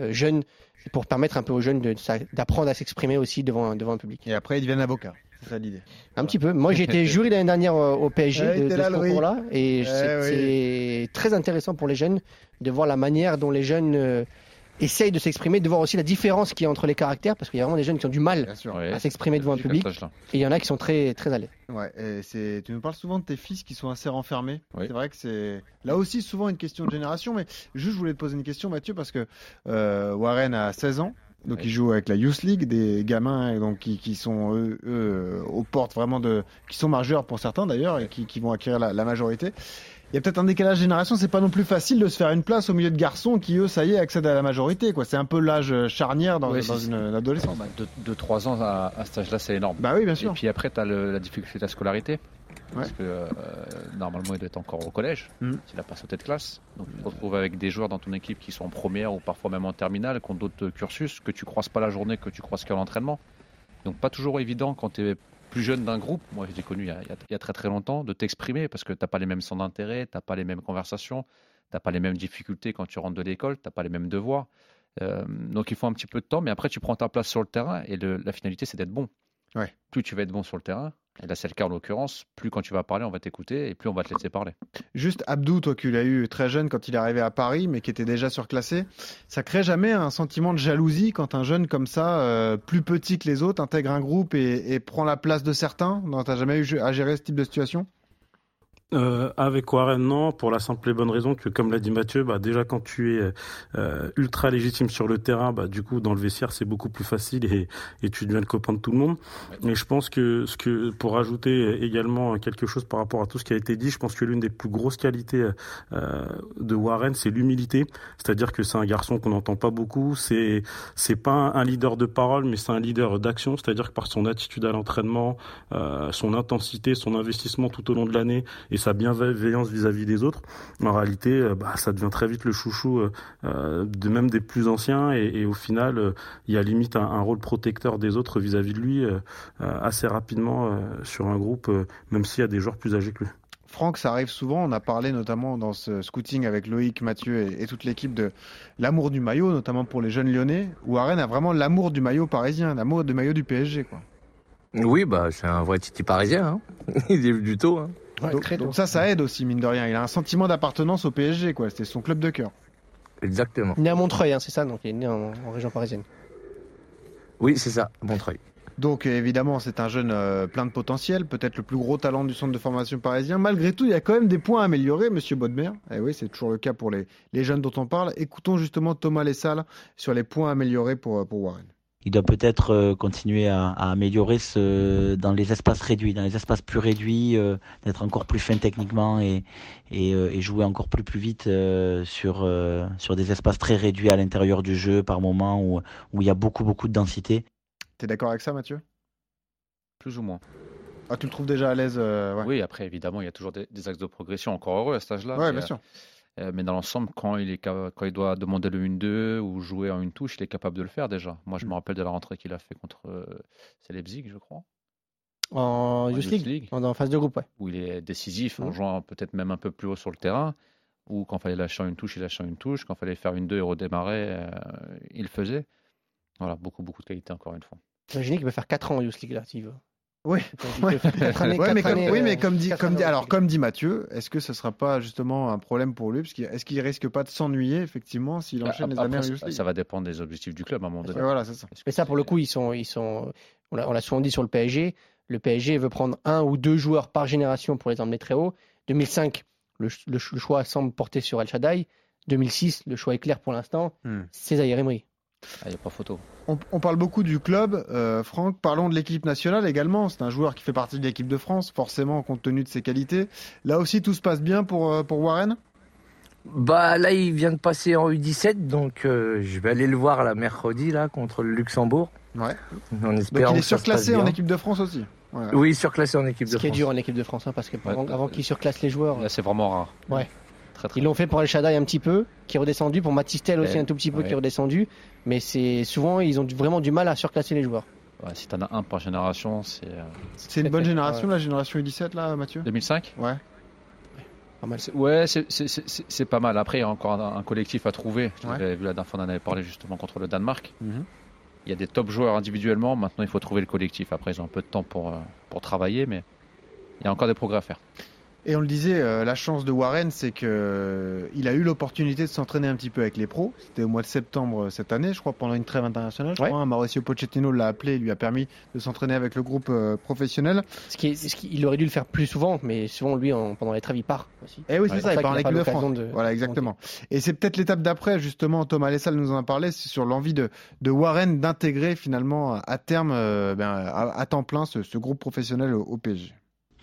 S3: euh, jeune, pour permettre un peu aux jeunes de sa- d'apprendre à s'exprimer aussi devant, un- devant un public.
S2: Et après, ils deviennent avocats. C'est ça l'idée.
S3: Un petit peu. Moi, j'ai été jury l'année dernière euh, au PSG
S2: Ouais,
S3: de,
S2: t'es
S3: de
S2: là,
S3: ce
S2: Loïc.
S3: concours-là. Et
S2: Eh
S3: c'est
S2: oui.
S3: c'est très intéressant pour les jeunes de voir la manière dont les jeunes euh, essayent de s'exprimer, de voir aussi la différence qu'il y a entre les caractères, parce qu'il y a vraiment des jeunes qui ont du mal
S2: sûr.
S4: Ouais.
S3: à s'exprimer devant un
S4: C'est
S3: public,
S4: cet âge-là.
S3: et il y en a qui sont très, très à l'aise.
S2: Ouais, et c'est- tu nous parles souvent de tes fils qui sont assez renfermés.
S4: Oui.
S2: C'est vrai que c'est là aussi souvent une question de génération, mais juste je voulais te poser une question, Mathieu, parce que euh, Warren a 16 ans, donc
S4: Oui.
S2: il joue avec la Youth League, des gamins donc, qui, qui sont eux, euh, eux, aux portes vraiment de. qui sont majeurs pour certains d'ailleurs, et qui, qui vont acquérir la, la majorité. il y a peut-être un décalage de génération. C'est pas non plus facile de se faire une place au milieu de garçons qui, eux, ça y est, accèdent à la majorité. quoi. C'est un peu l'âge euh, charnière dans,
S4: Ouais,
S2: dans
S4: c'est-
S2: une, l'adolescence.
S4: Bah, de, de 3 ans à, à cet âge-là, c'est énorme.
S2: Bah oui, bien
S4: Et
S2: sûr.
S4: puis après, tu as la difficulté de la scolarité. Parce
S2: Ouais.
S4: que euh, normalement, il doit être encore au collège.
S2: Mhm.
S4: S'il a pas sauté de classe. Donc, tu te retrouves avec des joueurs dans ton équipe qui sont en première ou parfois même en terminale, qui ont d'autres cursus, que tu croises pas la journée, que tu croises qu'à l'entraînement. Donc, pas toujours évident quand tu es plus jeune d'un groupe. Moi, je l'ai connu il y, a, il y a- il y a très très longtemps, de t'exprimer parce que tu pas les mêmes centres d'intérêt, tu pas les mêmes conversations, tu pas les mêmes difficultés quand tu rentres de l'école, tu pas les mêmes devoirs. Euh, donc il faut un petit peu de temps, mais après tu prends ta place sur le terrain et le- la finalité c'est d'être bon.
S2: Ouais.
S4: Plus tu vas être bon sur le terrain, et là c'est le cas en l'occurrence, plus quand tu vas parler on va t'écouter et plus on va te laisser parler.
S2: Juste Abdou, toi, qui l'as eu très jeune quand il est arrivé à Paris, mais qui était déjà surclassé, ça crée jamais un sentiment de jalousie quand un jeune comme ça, euh, plus petit que les autres, intègre un groupe et, et prend la place de certains Non, t'as jamais eu à gérer ce type de situation
S5: Euh, avec Warren, non, pour la simple et bonne raison que, comme l'a dit Mathieu, bah, déjà quand tu es euh, ultra légitime sur le terrain, bah, du coup dans le vestiaire c'est beaucoup plus facile et, et tu deviens le copain de tout le monde. Et je pense que ce que pour ajouter euh, également quelque chose par rapport à tout ce qui a été dit, je pense que l'une des plus grosses qualités euh, de Warren c'est l'humilité, c'est-à-dire que c'est un garçon qu'on n'entend pas beaucoup, c'est c'est pas un leader de parole, mais c'est un leader d'action, c'est-à-dire que par son attitude à l'entraînement, euh, son intensité, son investissement tout au long de l'année et sa bienveillance vis-à-vis des autres, en réalité, euh, bah, ça devient très vite le chouchou euh, euh, de même des plus anciens. Et, et au final, euh, il y a limite un, un rôle protecteur des autres vis-à-vis de lui euh, euh, assez rapidement euh, sur un groupe, euh, même s'il y a des joueurs plus âgés que lui.
S2: Franck, ça arrive souvent. On a parlé notamment dans ce scouting avec Loïc, Mathieu et, et toute l'équipe de l'amour du maillot, notamment pour les jeunes lyonnais. Warren a vraiment l'amour du maillot parisien, l'amour du maillot du PSG. Quoi.
S6: Oui, bah, c'est un vrai titi parisien. hein. Il est du tôt. hein.
S3: Ouais,
S2: donc,
S3: très
S2: donc
S3: tôt.
S2: ça, ça aide aussi, mine de rien. Il a un sentiment d'appartenance au PSG. quoi. C'était son club de cœur.
S6: Exactement.
S3: Né à Montreuil, hein, c'est ça, donc il est né en, en région parisienne.
S6: Oui, c'est ça, Montreuil.
S2: Donc euh, évidemment, c'est un jeune euh, plein de potentiel, peut-être le plus gros talent du centre de formation parisien. Malgré tout, il y a quand même des points à améliorer, monsieur Bodmer. Et oui, c'est toujours le cas pour les, les jeunes dont on parle. Écoutons justement Thomas Lessal sur les points à améliorer pour, euh, pour Warren.
S8: Il doit peut-être euh, continuer à, à améliorer ce, dans les espaces réduits, dans les espaces plus réduits, euh, d'être encore plus fin techniquement et, et, euh, et jouer encore plus plus vite euh, sur, euh, sur des espaces très réduits à l'intérieur du jeu par moment où, où il y a beaucoup beaucoup de densité.
S2: T'es d'accord avec ça, Mathieu
S4: Plus ou moins.
S2: Ah, tu le trouves déjà à l'aise euh, ouais.
S4: Oui, après évidemment, il y a toujours des, des axes de progression, encore heureux à cet âge-là.
S2: Ouais,
S4: mais,
S2: bien
S4: euh,
S2: sûr.
S4: euh, mais dans l'ensemble, quand il, est, ca- quand il doit demander le 1-2 ou jouer en une touche, il est capable de le faire déjà. Moi,
S2: Mm.
S4: je me rappelle de la rentrée qu'il a fait contre euh, c'est Leipzig, je crois,
S3: En
S4: Ouais,
S3: Youth
S4: Youth
S3: League,
S4: League.
S3: En, en phase de groupe, ouais.
S4: où il est décisif en
S2: Mm.
S3: Mhm.
S4: jouant peut-être même un peu plus haut sur le terrain, où quand fallait lâcher une touche, il lâchait une touche, quand fallait faire une deux et redémarrer, euh, il le faisait. Voilà, beaucoup, beaucoup de qualité encore une fois.
S3: Imaginez qu'il peut faire 4 ans en Youth League là, s'il veut.
S2: Oui.
S3: Il peut faire quatre années-
S2: Ouais, mais
S3: quatre
S2: comme,
S3: années,
S2: oui,
S3: euh,
S2: mais comme dit,
S3: quatre
S2: comme
S3: années
S2: dit,
S3: en
S2: alors
S3: Youth
S2: comme dit Mathieu, est-ce que ce sera pas justement un problème pour lui, parce qu'il- est-ce qu'il risque pas de s'ennuyer effectivement
S6: Bah,
S2: s'il enchaîne les
S4: Bah, Après,
S2: années en
S4: ça-
S2: Youth League
S4: ça va dépendre des objectifs du club à un moment
S2: Ouais,
S4: donné.
S2: Voilà, c'est ça.
S4: Est-ce que
S3: Mais ça, pour le
S4: c'est-
S3: coup, ils sont, ils sont, on l'a on l'a souvent dit sur le PSG, le PSG veut prendre un ou deux joueurs par génération pour les emmener très haut. 2005, le, ch- le ch- le choix semble porter sur El Shaddai. 2006, le choix est clair pour l'instant,
S2: Hmm.
S3: c'est Zaïre Emery.
S4: Ah, il n'y a pas photo.
S2: On, on parle beaucoup du club, euh, Franck. Parlons de l'équipe nationale également. C'est un joueur qui fait partie de l'équipe de France, forcément compte tenu de ses qualités. Là aussi, tout se passe bien pour euh, pour Warren.
S6: Bah là, il vient de passer en U17, donc euh, je vais aller le voir la mercredi là contre le Luxembourg.
S2: Ouais.
S6: En
S2: Donc
S6: espérant
S2: il est
S6: que ça se passe
S2: surclassé en
S6: bien.
S2: équipe hein. de France aussi. Voilà.
S6: Oui, surclassé en équipe
S3: Ce
S6: de
S3: qui est
S6: France.
S3: dur en équipe de France, hein, parce que
S4: Ouais,
S3: avant,
S4: t'as-
S3: avant qu'ils surclassent les joueurs,
S4: Là, c'est vraiment rare.
S3: Ouais.
S4: Très, très
S3: ils l'ont fait pour El Shaddai un petit peu, qui est redescendu, pour Matistel aussi
S4: Ouais,
S3: un tout petit peu,
S4: ouais.
S3: qui est redescendu. Mais c'est souvent, ils ont du- vraiment du mal à surclasser les joueurs.
S4: Ouais, si tu en as un par génération, c'est euh,
S2: C'est une bonne génération, la génération U17 là, Mathieu.
S4: 2005
S2: Ouais.
S3: Pas mal.
S4: C'est- Ouais, c'est- c'est- c'est c'est- c'est pas mal. Après, il y a encore un, un collectif à trouver.
S2: Ouais.
S4: J'avais vu la dernière fois, on en avait parlé justement contre le Danemark.
S2: Mhm.
S4: Il y a des top joueurs individuellement. Maintenant, il faut trouver le collectif. Après, ils ont un peu de temps pour, euh, pour travailler, mais il y a encore des progrès à faire.
S2: Et on le disait, euh, la chance de Warren, c'est que euh, il a eu l'opportunité de s'entraîner un petit peu avec les pros. C'était au mois de septembre euh, cette année, je crois, pendant une trêve internationale. Je
S3: Ouais.
S2: crois. hein. Mauricio Pochettino l'a appelé, et lui a permis de s'entraîner avec le groupe euh, professionnel.
S3: Ce qui est- ce qui- il aurait dû le faire plus souvent, mais souvent, lui, en- pendant les trêves, il part aussi.
S2: Et Eh oui, c'est
S3: Ouais.
S2: ça, il
S3: C'est pour ça
S2: part en
S3: qu'il a
S2: équipe
S3: pas
S2: de France.
S3: l'occasion de-
S2: Voilà, exactement. Et c'est peut-être l'étape d'après, justement, Thomas Lessal nous en a parlé, c'est sur l'envie de, de Warren d'intégrer finalement à terme, euh, ben, à, à temps plein, ce, ce groupe professionnel au, au PSG.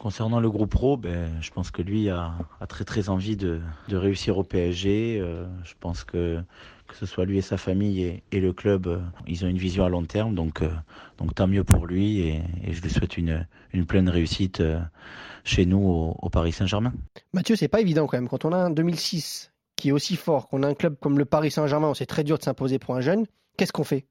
S8: Concernant le groupe pro, ben, je pense que lui a, a très très envie de, de réussir au PSG. Euh, je pense que que ce soit lui et sa famille et, et le club, euh, ils ont une vision à long terme, donc, euh, donc tant mieux pour lui et, et je lui souhaite une, une pleine réussite euh, chez nous au, au Paris Saint-Germain.
S3: Mathieu, c'est pas évident quand même. Quand on a un 2006 qui est aussi fort, qu'on a un club comme le Paris Saint-Germain, où c'est très dur de s'imposer pour un jeune, qu'est-ce qu'on fait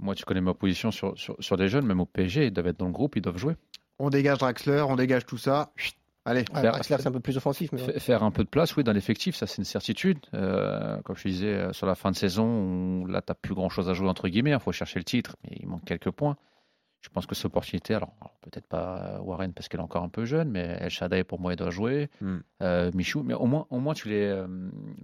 S4: Moi, tu connais ma position sur, sur, sur les jeunes, même au PSG, ils doivent être dans le groupe, ils doivent jouer.
S2: On dégage Draxler, on dégage tout ça. Chut, Allez.
S3: Ouais,
S4: Faire-
S3: Draxler, c'est un peu plus offensif. Mais...
S4: Fa- Faire un peu de place, oui, dans l'effectif, ça c'est une certitude. Euh, comme je te disais, euh, sur la fin de saison, on- là, tu plus grand-chose à jouer, entre guillemets. Il faut chercher le titre, mais il manque quelques points. Je pense que cette opportunité, alors, alors, peut-être pas Warren parce qu'elle est encore un peu jeune, mais El Shaddai, pour moi, il doit jouer.
S2: Hmm.
S4: Euh, Michou, mais au moins, au moins tu les euh,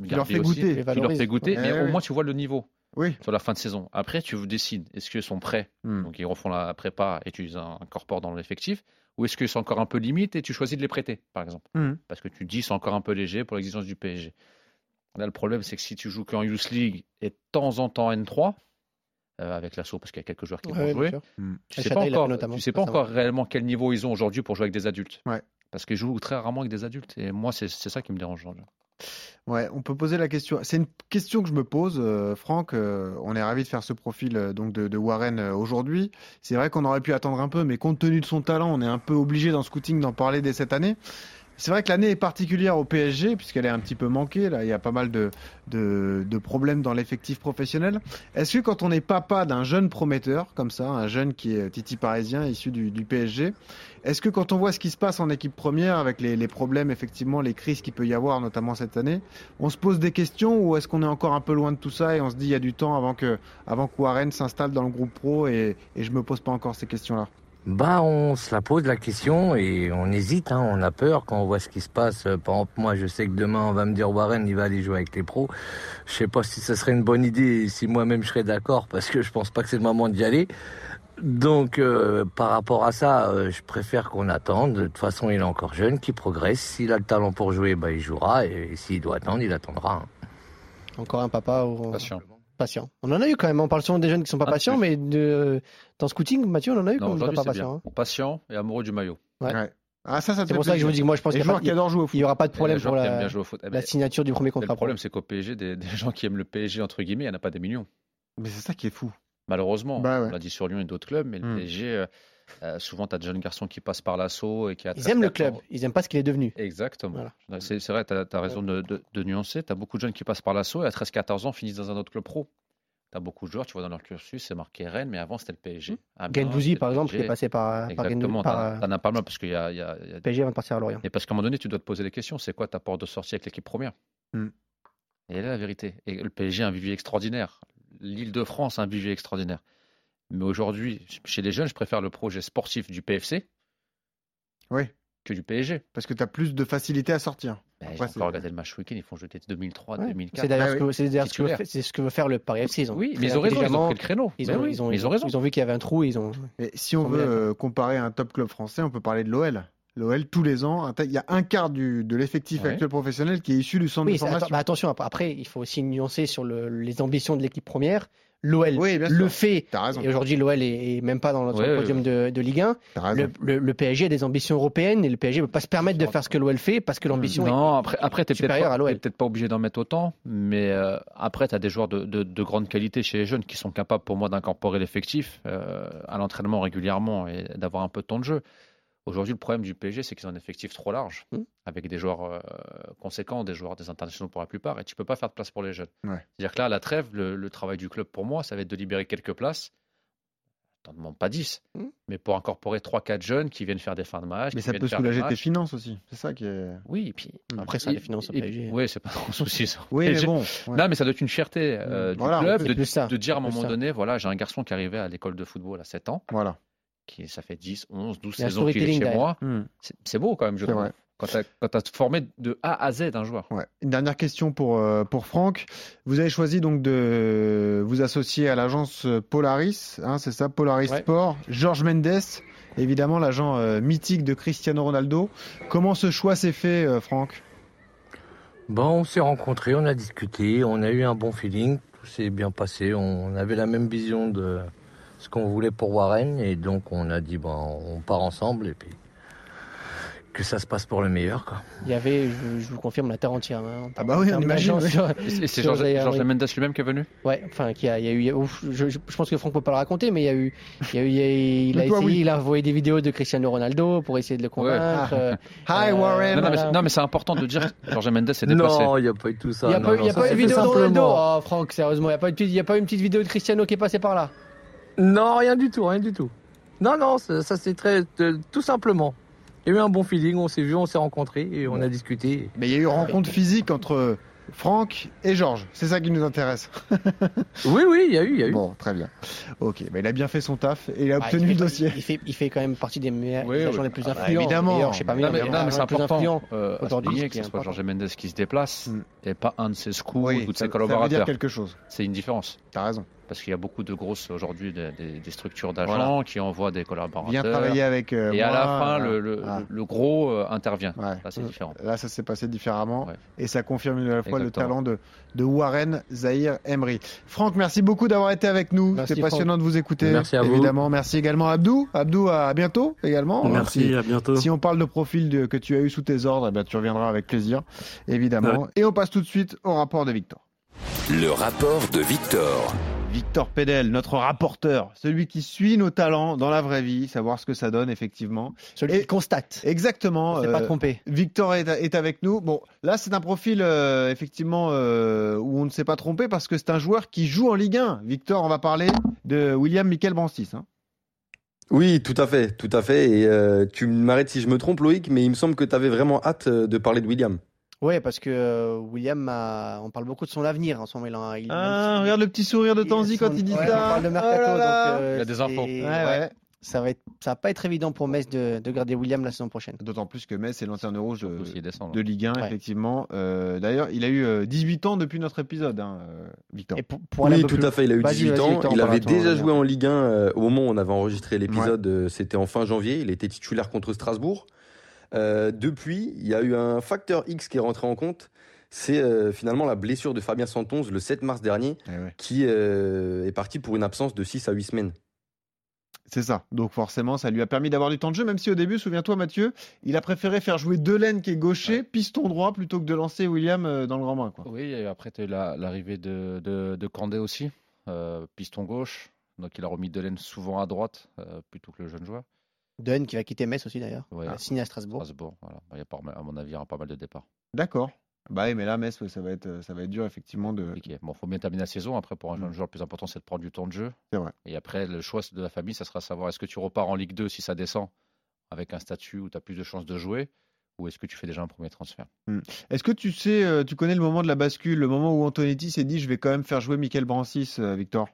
S4: gardes
S2: fait
S4: aussi.
S2: goûter.
S3: les
S4: Tu leur
S3: valorise.
S4: fais goûter,
S2: Ouais,
S4: mais au
S2: ouais.
S4: moins tu vois le niveau
S2: Oui.
S4: sur la fin de saison. Après, tu décides, est-ce qu'ils sont prêts
S2: Hmm.
S4: donc ils refont la prépa et tu les incorpores dans l'effectif Ou est-ce que c'est encore un peu limite et tu choisis de les prêter, par exemple
S2: Mhm.
S4: Parce que tu dis c'est encore un peu léger pour l'exigence du PSG. Là, le problème, c'est que si tu joues qu'en Youth League et de temps en temps N3, euh, avec l'assaut, parce qu'il y a quelques joueurs qui vont
S3: Ouais,
S4: jouer, Hmm.
S3: bien sûr.
S4: tu
S3: Et
S4: sais pas
S3: Shaddai l'a fait
S4: encore,
S3: notamment,
S4: tu sais
S3: faut
S4: pas
S3: savoir.
S4: encore réellement quel niveau ils ont aujourd'hui pour jouer avec des adultes.
S2: Ouais.
S4: Parce qu'ils jouent très rarement avec des adultes. Et moi, c'est c'est ça qui me dérange. aujourd'hui.
S2: Ouais, on peut poser la question. C'est une question que je me pose, euh, Franck. euh, on est ravi de faire ce profil euh, donc de, de Warren euh, aujourd'hui. C'est vrai qu'on aurait pu attendre un peu, mais compte tenu de son talent, on est un peu obligé dans Scouting d'en parler dès cette année. C'est vrai que l'année est particulière au PSG puisqu'elle est un petit peu manquée. Là, il y a pas mal de, de, de problèmes dans l'effectif professionnel. Est-ce que quand on est papa d'un jeune prometteur comme ça, un jeune qui est Titi parisien issu du, du PSG, est-ce que quand on voit ce qui se passe en équipe première avec les, les problèmes, effectivement, les crises qu'il peut y avoir, notamment cette année, on se pose des questions ou est-ce qu'on est encore un peu loin de tout ça et on se dit il y a du temps avant que, avant que Warren s'installe dans le groupe pro et, et je me pose pas encore ces questions-là
S6: Bah, on se la pose la question et on hésite, hein, on a peur quand on voit ce qui se passe. Euh, Par exemple, moi, je sais que demain, on va me dire Warren, il va aller jouer avec les pros. Je sais pas si ça serait une bonne idée et si moi-même je serais d'accord parce que je pense pas que c'est le moment d'y aller. Donc, euh, par rapport à ça, euh, je préfère qu'on attende. De toute façon, il est encore jeune, qu'il progresse. S'il a le talent pour jouer, bah, il jouera et, s'il doit attendre, il attendra. hein.
S3: Encore un papa ou...
S4: Patient.
S3: patient. On en a eu quand même. On parle souvent des jeunes qui sont pas
S4: Un
S3: patients,
S4: peu.
S3: mais de... dans scouting, Mathieu, on en a eu
S4: Non,
S3: quand même des
S4: aujourd'hui,
S3: pas
S4: c'est bien.
S3: patients. hein.
S4: Patient et amoureux du maillot.
S3: Ouais.
S2: Ah, ça, ça te
S3: C'est
S2: fait
S3: pour ça que je
S2: plaisir.
S3: vous dis que moi, je pense
S2: Les
S3: qu'il
S2: joueurs qui
S3: n'y
S2: adorent jouer au foot.
S3: aura pas de
S4: Et les
S3: problème
S4: joueurs
S3: pour
S4: qui aiment
S3: la,
S4: bien jouer au foot. Eh
S3: la
S4: ben,
S3: signature du premier
S4: Mais
S3: contrat.
S4: le
S3: pro.
S4: problème, c'est qu'au PSG, des, des gens qui aiment le PSG, entre guillemets, il n'y en a pas des millions.
S2: Mais c'est ça qui est fou.
S4: Malheureusement,
S2: Bah ouais.
S4: on l'a dit sur Lyon et d'autres clubs, mais le
S2: Hmm.
S4: PSG, euh, euh, souvent, tu as des jeunes garçons qui passent par l'assaut et qui
S3: Ils aiment le club, ils n'aiment pas ce qu'il est devenu.
S4: Exactement.
S3: Voilà.
S4: C'est c'est vrai, tu as, raison de, de- de nuancer. Tu as beaucoup de jeunes qui passent par l'assaut et à 13-14 ans finissent dans un autre club pro. Tu as beaucoup de joueurs, tu vois, dans leur cursus, c'est marqué Rennes, mais avant, c'était le PSG. Amiens,
S3: Hmm. Gendouzi,
S4: c'était
S3: par
S4: le
S3: exemple, qui
S4: PSG.
S3: est passé par, par, Guendouzi-
S4: Exactement,
S3: par,
S4: t'en-
S3: euh,
S4: t'en as pas mal parce qu'il y a- il y a- il y a
S3: PSG avant de partir à Lorient.
S4: Mais parce qu'à un moment donné, tu dois te poser les questions. C'est quoi ta porte de sortie avec l'équipe première Mm.
S2: Hmm.
S4: Et là, la vérité. Et le PSG a un vivier extraordinaire. L'Île-de-France a un vivier extraordinaire. Mais aujourd'hui, chez les jeunes, je préfère le projet sportif du PFC
S2: Oui,
S4: que du PSG.
S2: parce que tu as plus de facilité à sortir.
S4: Ben,
S2: Après,
S4: J'ai
S2: c'est-
S4: encore regardé le match ce week-end. Ils font jeter 2003,
S3: Ouais. C'est
S4: 2004.
S3: d'ailleurs
S2: Ah
S3: ce, que- c'est d'ailleurs ce, que
S4: Titulaire.
S3: fait- c'est ce que veut faire le Paris FC. Ils ont
S4: Oui,
S3: très
S4: mais ils ont raison. Ils ont
S3: intelligemment-
S4: pris le créneau.
S3: Ils
S4: Mais
S3: ont,
S4: oui,
S3: ils ont-
S4: mais ils ont raison.
S3: ils ont vu qu'il y avait un trou. Ils ont...
S2: Mais si on
S3: On est
S2: veut
S3: d'accord.
S2: euh, comparer un top club français, on peut parler de l'OL. L'OL, tous les ans, un ta- il y a un quart du, de l'effectif
S4: Ouais.
S2: actuel professionnel qui est issu du centre
S3: Oui,
S2: de
S3: c'est-
S2: formation.
S3: atten- bah, attention, ap- après, il faut aussi nuancer sur le- les ambitions de l'équipe première. L'OL
S2: oui, bien
S3: le
S2: sûr.
S3: fait.
S2: T'as raison.
S3: Et aujourd'hui, l'OL est, est même pas dans le
S4: Ouais, ouais,
S3: podium de, de Ligue 1.
S2: T'as raison.
S3: Le, le- le PSG a des ambitions européennes et le PSG ne peut pas se permettre de faire ce que l'OL fait parce que l'ambition est.
S4: Mmh. Non, après, après t'es peut-être
S3: supérieur à
S4: pas,
S3: l'OL.
S4: t'es peut-être pas obligé d'en mettre autant, mais euh, après, tu as des joueurs de, de- de grande qualité chez les jeunes qui sont capables, pour moi, d'incorporer l'effectif euh, à l'entraînement régulièrement et d'avoir un peu de temps de jeu. Aujourd'hui, le problème du PSG, c'est qu'ils ont un effectif trop large,
S2: Mmh.
S3: Mhm.
S4: avec des joueurs euh, conséquents, des joueurs des internationaux pour la plupart, et tu peux pas faire de place pour les jeunes.
S2: Ouais.
S4: C'est-à-dire que là, à la trêve, le, le travail du club, pour moi, ça va être de libérer quelques places. T'en demandes pas 10,
S3: Mhm.
S4: mais pour incorporer 3-4 jeunes qui viennent faire des fins de match.
S2: Mmh. Mais
S4: qui
S2: ça
S4: viennent
S2: peut
S4: faire des
S2: soulager tes
S4: matchs.
S2: finances aussi. C'est ça qui est. Hmm.
S4: Oui, et puis
S3: Après, ça, les finances au PSG.
S4: Oui, c'est pas un souci. ça.
S2: Oui, mais
S4: PSG.
S2: bon. ouais.
S4: Eh, Non, mais ça doit être une fierté euh, du
S2: Voilà,
S4: club
S3: c'est
S4: de,
S3: plus ça,
S4: de dire à un
S3: c'est plus
S4: moment
S3: ça.
S4: donné, voilà, j'ai un garçon qui arrivait à l'école de football à 7 ans,
S2: Voilà.
S4: qui ça fait 10, 11, 12
S3: Il y a un
S4: saisons qu'il est
S3: storytelling
S4: chez
S3: derrière.
S4: moi.
S2: Hmm.
S4: C'est c'est beau quand même, je
S2: C'est
S4: trouve.
S2: vrai.
S4: Quand t'as- Quand tu as formé de A à Z un joueur.
S2: Ouais. Une dernière question pour, euh, pour Franck. Vous avez choisi donc de vous associer à l'agence Polaris, hein, c'est ça, Polaris
S3: Ouais.
S2: Sport, Georges Mendes, évidemment l'agent euh, mythique de Cristiano Ronaldo. Comment ce choix s'est fait, euh, Franck
S6: Bon, on s'est rencontrés, on a discuté, on a eu un bon feeling, tout s'est bien passé, on avait la même vision de ce qu'on voulait pour Warren et donc on a dit ben on part ensemble et puis que ça se passe pour le meilleur quoi.
S3: Il y avait, je, je vous confirme, la terre entière. hein.
S2: Ah bah oui,
S3: En
S2: on
S3: termes
S2: imagine.
S3: d'agence,
S2: oui.
S3: sur-
S4: Et c'est
S3: Sur
S4: Georges
S3: Zaire,
S4: Georges
S3: oui.
S4: Mendes lui-même qui est venu
S3: Ouais, enfin, qui a, il y a eu, ouf, je, je- je pense que Franck peut pas le raconter, mais il y a eu, il y a eu, il, y a eu- il a
S2: Mais toi,
S3: essayé,
S2: oui.
S3: il a envoyé des vidéos de Cristiano Ronaldo pour essayer de le convaincre.
S2: Ah.
S3: euh,
S2: Hi
S3: Euh,
S2: Warren.
S4: Non, non, mais,
S3: voilà.
S4: non, mais c'est important de dire que Georges Mendes est dépassé.
S6: Non, il n'y a pas eu tout ça.
S3: Il n'y a
S6: Non,
S3: pas, eu-
S6: non,
S3: il y a
S6: ça,
S3: pas eu
S6: c'est
S3: de vidéo
S6: fait
S3: de Ronaldo.
S6: simplement.
S3: Oh, Franck, sérieusement, il n'y a, pas eu de petite- il y a pas eu une petite vidéo de Cristiano qui est passée par là.
S6: Non, rien du tout, rien du tout. Non, non, ça, ça, c'est très euh, tout simplement. Il y a eu un bon feeling, on s'est vu, on s'est rencontrés et on a discuté.
S2: Mais il y a eu rencontre physique entre Franck et Georges. C'est ça qui nous intéresse.
S6: Oui, oui, il y a eu, il y a eu.
S2: Bon, très bien. Ok, mais il a bien fait son taf et il a
S3: Ah,
S2: obtenu
S3: il
S2: le
S3: fait-
S2: dossier.
S3: Il fait, il fait quand même partie des meilleurs,
S4: Oui,
S3: des
S4: oui.
S3: agents les plus
S2: Ah bah,
S3: influents.
S2: évidemment.
S3: D'ailleurs, je sais pas,
S4: Non, mais,
S3: meilleur,
S4: non,
S3: mais
S4: mais c'est
S3: agent les plus
S4: important
S3: influents.
S4: euh, à
S3: Aujourd'hui,
S4: souligner
S3: c'est
S4: que ce soit
S3: important. Hmm.
S4: Georges Mendes qui se déplace
S2: Mm.
S4: et pas un de ses scouts ou de
S2: ça,
S4: ses
S2: ça veut dire
S4: collaborateurs.
S2: quelque chose.
S4: C'est une différence.
S2: T'as raison.
S4: Parce qu'il y a beaucoup de grosses aujourd'hui des, des- des structures d'agents
S2: Voilà.
S4: qui envoient des collaborateurs.
S2: Viens travailler avec euh,
S4: et
S2: moi.
S4: à la fin, le, le-
S2: Ah.
S4: le gros euh, intervient.
S2: Ouais. Mm.
S4: Là, c'est différent.
S2: Là, ça s'est passé différemment
S4: Ouais.
S2: et ça confirme une nouvelle fois le
S4: Exactement.
S2: talent de, de Warren Zahir Emery. Franck, merci beaucoup d'avoir été avec nous.
S3: Merci,
S2: Bah, C'était passionnant de vous écouter.
S6: Merci à vous.
S2: Évidemment, merci également à Abdou. Abdou, à bientôt également. hein.
S5: Merci, à bientôt.
S2: Si, si on parle de profil de- que tu as eu sous tes ordres, eh bien, tu reviendras avec plaisir, évidemment. Et on passe tout de suite au rapport de Victor.
S1: Le rapport de Victor.
S2: Victor Pédel, notre rapporteur, celui qui suit nos talents dans la vraie vie, savoir ce que ça donne effectivement.
S3: Celui
S2: Et-
S3: qui constate.
S2: Exactement.
S3: On s'est pas
S2: euh,
S3: trompé.
S2: Victor est, est avec nous. Bon, là, c'est un profil euh, effectivement euh, où on ne s'est pas trompé parce que c'est un joueur qui joue en Ligue 1. Victor, on va parler de William Michael Brancis. hein.
S10: Oui, tout à fait, tout à fait. Et euh, tu m'arrêtes si je me trompe, Loïc, mais il me semble que tu avais vraiment hâte euh, de parler de William.
S3: Ouais, parce que euh, William, a- on parle beaucoup de son avenir en ce moment. Il a, il a un
S2: Ah,
S3: petit-
S2: regarde le petit sourire de
S3: il-
S2: Tanzi quand
S3: son-
S2: il dit
S3: ouais,
S2: ça.
S3: On parle de mercato,
S2: Oh là là.
S3: donc euh,
S4: Il y a des
S3: c'est-
S4: infos.
S3: ouais,
S2: Ouais, ouais.
S3: Ça va être, ça va pas être évident pour Metz de, de garder William la saison prochaine.
S2: D'autant plus que Metz est lanterne rouge de,
S4: Surtout s'il descend,
S2: de Ligue 1,
S3: Ouais.
S2: effectivement. Euh, D'ailleurs, il a eu euh, 18 ans depuis notre épisode, hein, euh, Victor.
S3: Et pour, pour aller
S10: oui,
S3: un peu
S10: tout
S3: plus-
S10: à fait. Il a eu
S3: Vas-y,
S10: 18
S3: vas-y,
S10: ans.
S3: Victor, on
S10: il
S3: parle à
S10: avait
S3: toi,
S10: déjà
S3: William.
S10: joué en Ligue 1 euh, au moment où on avait enregistré l'épisode. euh, C'était en fin janvier. Il était titulaire contre Strasbourg. Euh, depuis, il y a eu un facteur X qui est rentré en compte. C'est euh, finalement la blessure de Fabien Santonze le 7 mars dernier,
S2: Eh ouais.
S10: qui euh, est parti pour une absence de 6 à 8 semaines.
S2: C'est ça. Donc forcément, ça lui a permis d'avoir du temps de jeu, même si au début, souviens-toi Mathieu, il a préféré faire jouer Delaine qui est gaucher, piston droit, plutôt que de lancer William euh, dans le grand bain. Quoi.
S4: Oui, et après, tu as eu la- l'arrivée de, de, de Candé aussi, euh, piston gauche. Donc, il a remis Delaine souvent à droite euh, plutôt que le jeune joueur.
S3: Dunn qui va quitter Metz aussi d'ailleurs.
S4: Ouais.
S3: Il
S2: Ah.
S3: a Signé à Strasbourg.
S4: Strasbourg, voilà. Bah, Il y a, pas mal- à mon avis, un pas mal de départs.
S2: D'accord. Bah oui, mais là, Metz, ouais, ça, va être, euh, ça va être dur, effectivement. De... Mm.
S4: Compliqué. Bon, faut bien terminer la saison. Après, pour un jeune joueur, le plus important, c'est de prendre du temps de jeu.
S2: C'est vrai.
S4: Et après, le choix de la famille, ça sera savoir est-ce que tu repars en Ligue 2 si ça descend avec un statut où tu as plus de chances de jouer ou est-ce que tu fais déjà un premier transfert
S2: Mm. Est-ce que tu sais, euh, tu connais le moment de la bascule, le moment où Antonetti s'est dit, je vais quand même faire jouer Michael Brancis, euh, Victor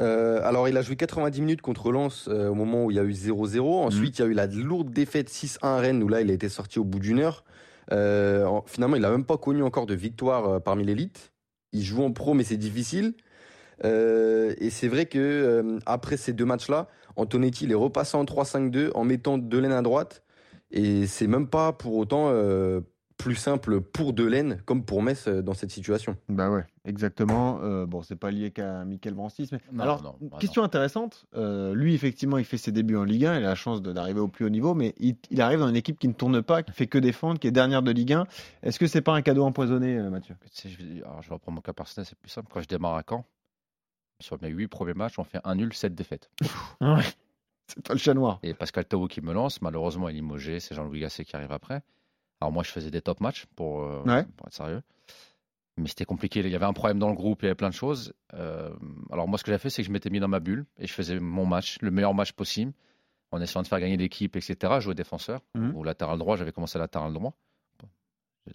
S10: Euh, alors, il a joué 90 minutes contre Lens euh, au moment où il y a eu 0-0. Ensuite, il y a eu la lourde défaite 6-1 à Rennes où là, il a été sorti au bout d'une heure. Euh, en- finalement, il n'a même pas connu encore de victoire euh, parmi l'élite. Il joue en pro, mais c'est difficile. Euh, et c'est vrai que euh, après ces deux matchs-là, Antonetti il est repassé en 3-5-2 en mettant Delaine à droite. Et c'est même pas pour autant euh, plus simple pour Delaine comme pour Metz euh, dans cette situation.
S2: Bah ouais, exactement. Euh, bon, c'est pas lié qu'à Michael Brancis, mais
S4: Non,
S2: alors
S4: non, bah non.
S2: question intéressante. euh, lui, effectivement, il fait ses débuts en Ligue 1, il a la chance de- d'arriver au plus haut niveau, mais il, il arrive dans une équipe qui ne tourne pas, qui fait que défendre, qui est dernière de Ligue 1. Est-ce que c'est pas un cadeau empoisonné, euh, Mathieu
S4: Tu sais, je, vais- alors, je vais reprendre mon cas personnel, c'est plus simple. Quand je démarre à Caen, sur mes 8 premiers matchs, on fait un nul, 7 défaites.
S2: C'est toi le chat noir.
S4: Et Pascal Tao qui me lance, malheureusement, il est limogé, c'est Jean-Louis Gasset qui arrive après. Alors moi, je faisais des top matchs pour, euh,
S2: Ouais.
S4: pour être sérieux. Mais c'était compliqué, il y avait un problème dans le groupe, il y avait plein de choses. Euh, alors moi, ce que j'ai fait, c'est que je m'étais mis dans ma bulle et je faisais mon match, le meilleur match possible, en essayant de faire gagner l'équipe, etc. Je Jouais défenseur
S2: Mhm.
S4: ou latéral droit, j'avais commencé latéral droit.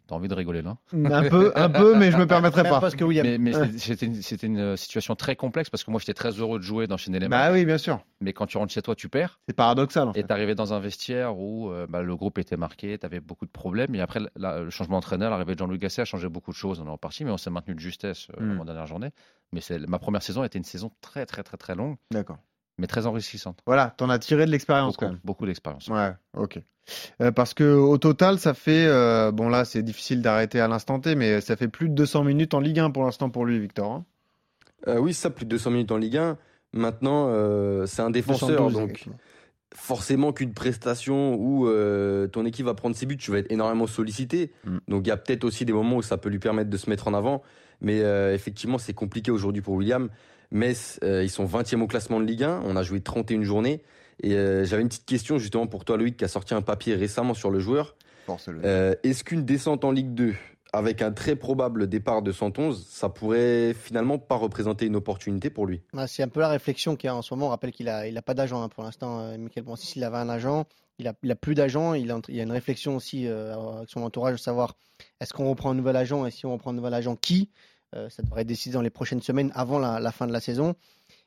S4: T'as envie de rigoler là
S2: Un peu, un peu, mais je me permettrai
S3: Même
S2: pas.
S3: parce que William.
S4: Mais, mais c'était- c'était une, c'était une situation très complexe parce que moi j'étais très heureux de jouer, d'enchaîner les matchs.
S2: Bah oui, bien sûr.
S4: Mais quand tu rentres chez toi, tu perds.
S2: C'est paradoxal. En
S4: Et
S2: fait.
S4: t'arrivais dans un vestiaire où euh, bah, le groupe était marqué, t'avais beaucoup de problèmes. Et après, la- le changement d'entraîneur, l'arrivée de Jean-Louis Gasset a changé beaucoup de choses. On est en partie, mais on s'est maintenu de justesse euh,
S2: Mm.
S4: avant la dernière journée. Mais c'est- ma première saison a été une saison très, très, très, très longue,
S2: D'accord.
S4: mais très enrichissante.
S2: Voilà, t'en as tiré de l'expérience quand
S4: Beaucoup,
S2: même.
S4: beaucoup d'expérience.
S2: Ouais, ok. Euh, parce que au total, ça fait euh, bon là, c'est difficile d'arrêter à l'instant T, mais ça fait plus de 200 minutes en Ligue 1 pour l'instant pour lui, Victor. hein.
S10: Euh, oui, c'est ça, plus de 200 minutes en Ligue 1. Maintenant, euh, c'est un défenseur,
S3: 212,
S10: donc
S3: effectivement.
S10: forcément qu'une prestation où euh, ton équipe va prendre ses buts, tu vas être énormément sollicité.
S4: Mm.
S10: Donc il y a peut-être aussi des moments où ça peut lui permettre de se mettre en avant. Mais euh, effectivement, c'est compliqué aujourd'hui pour William. Metz, euh, ils sont 20e au classement de Ligue 1. On a joué 31 journées. Et euh, j'avais une petite question justement pour toi, Loïc, qui a sorti un papier récemment sur le joueur.
S11: Force-le.
S10: Euh, Est-ce qu'une descente en Ligue 2 avec un très probable départ de 111, ça pourrait finalement pas représenter une opportunité pour lui
S3: Ouais, c'est un peu la réflexion qu'il y a en ce moment. On rappelle qu'il a, il a pas d'agent hein, pour l'instant. euh, Michael Francis, il avait un agent. Il a, il a plus d'agent. Il, a- il y a une réflexion aussi euh, avec son entourage de savoir est-ce qu'on reprend un nouvel agent et si on reprend un nouvel agent, qui Euh, Ça devrait être décidé dans les prochaines semaines avant la, la fin de la saison.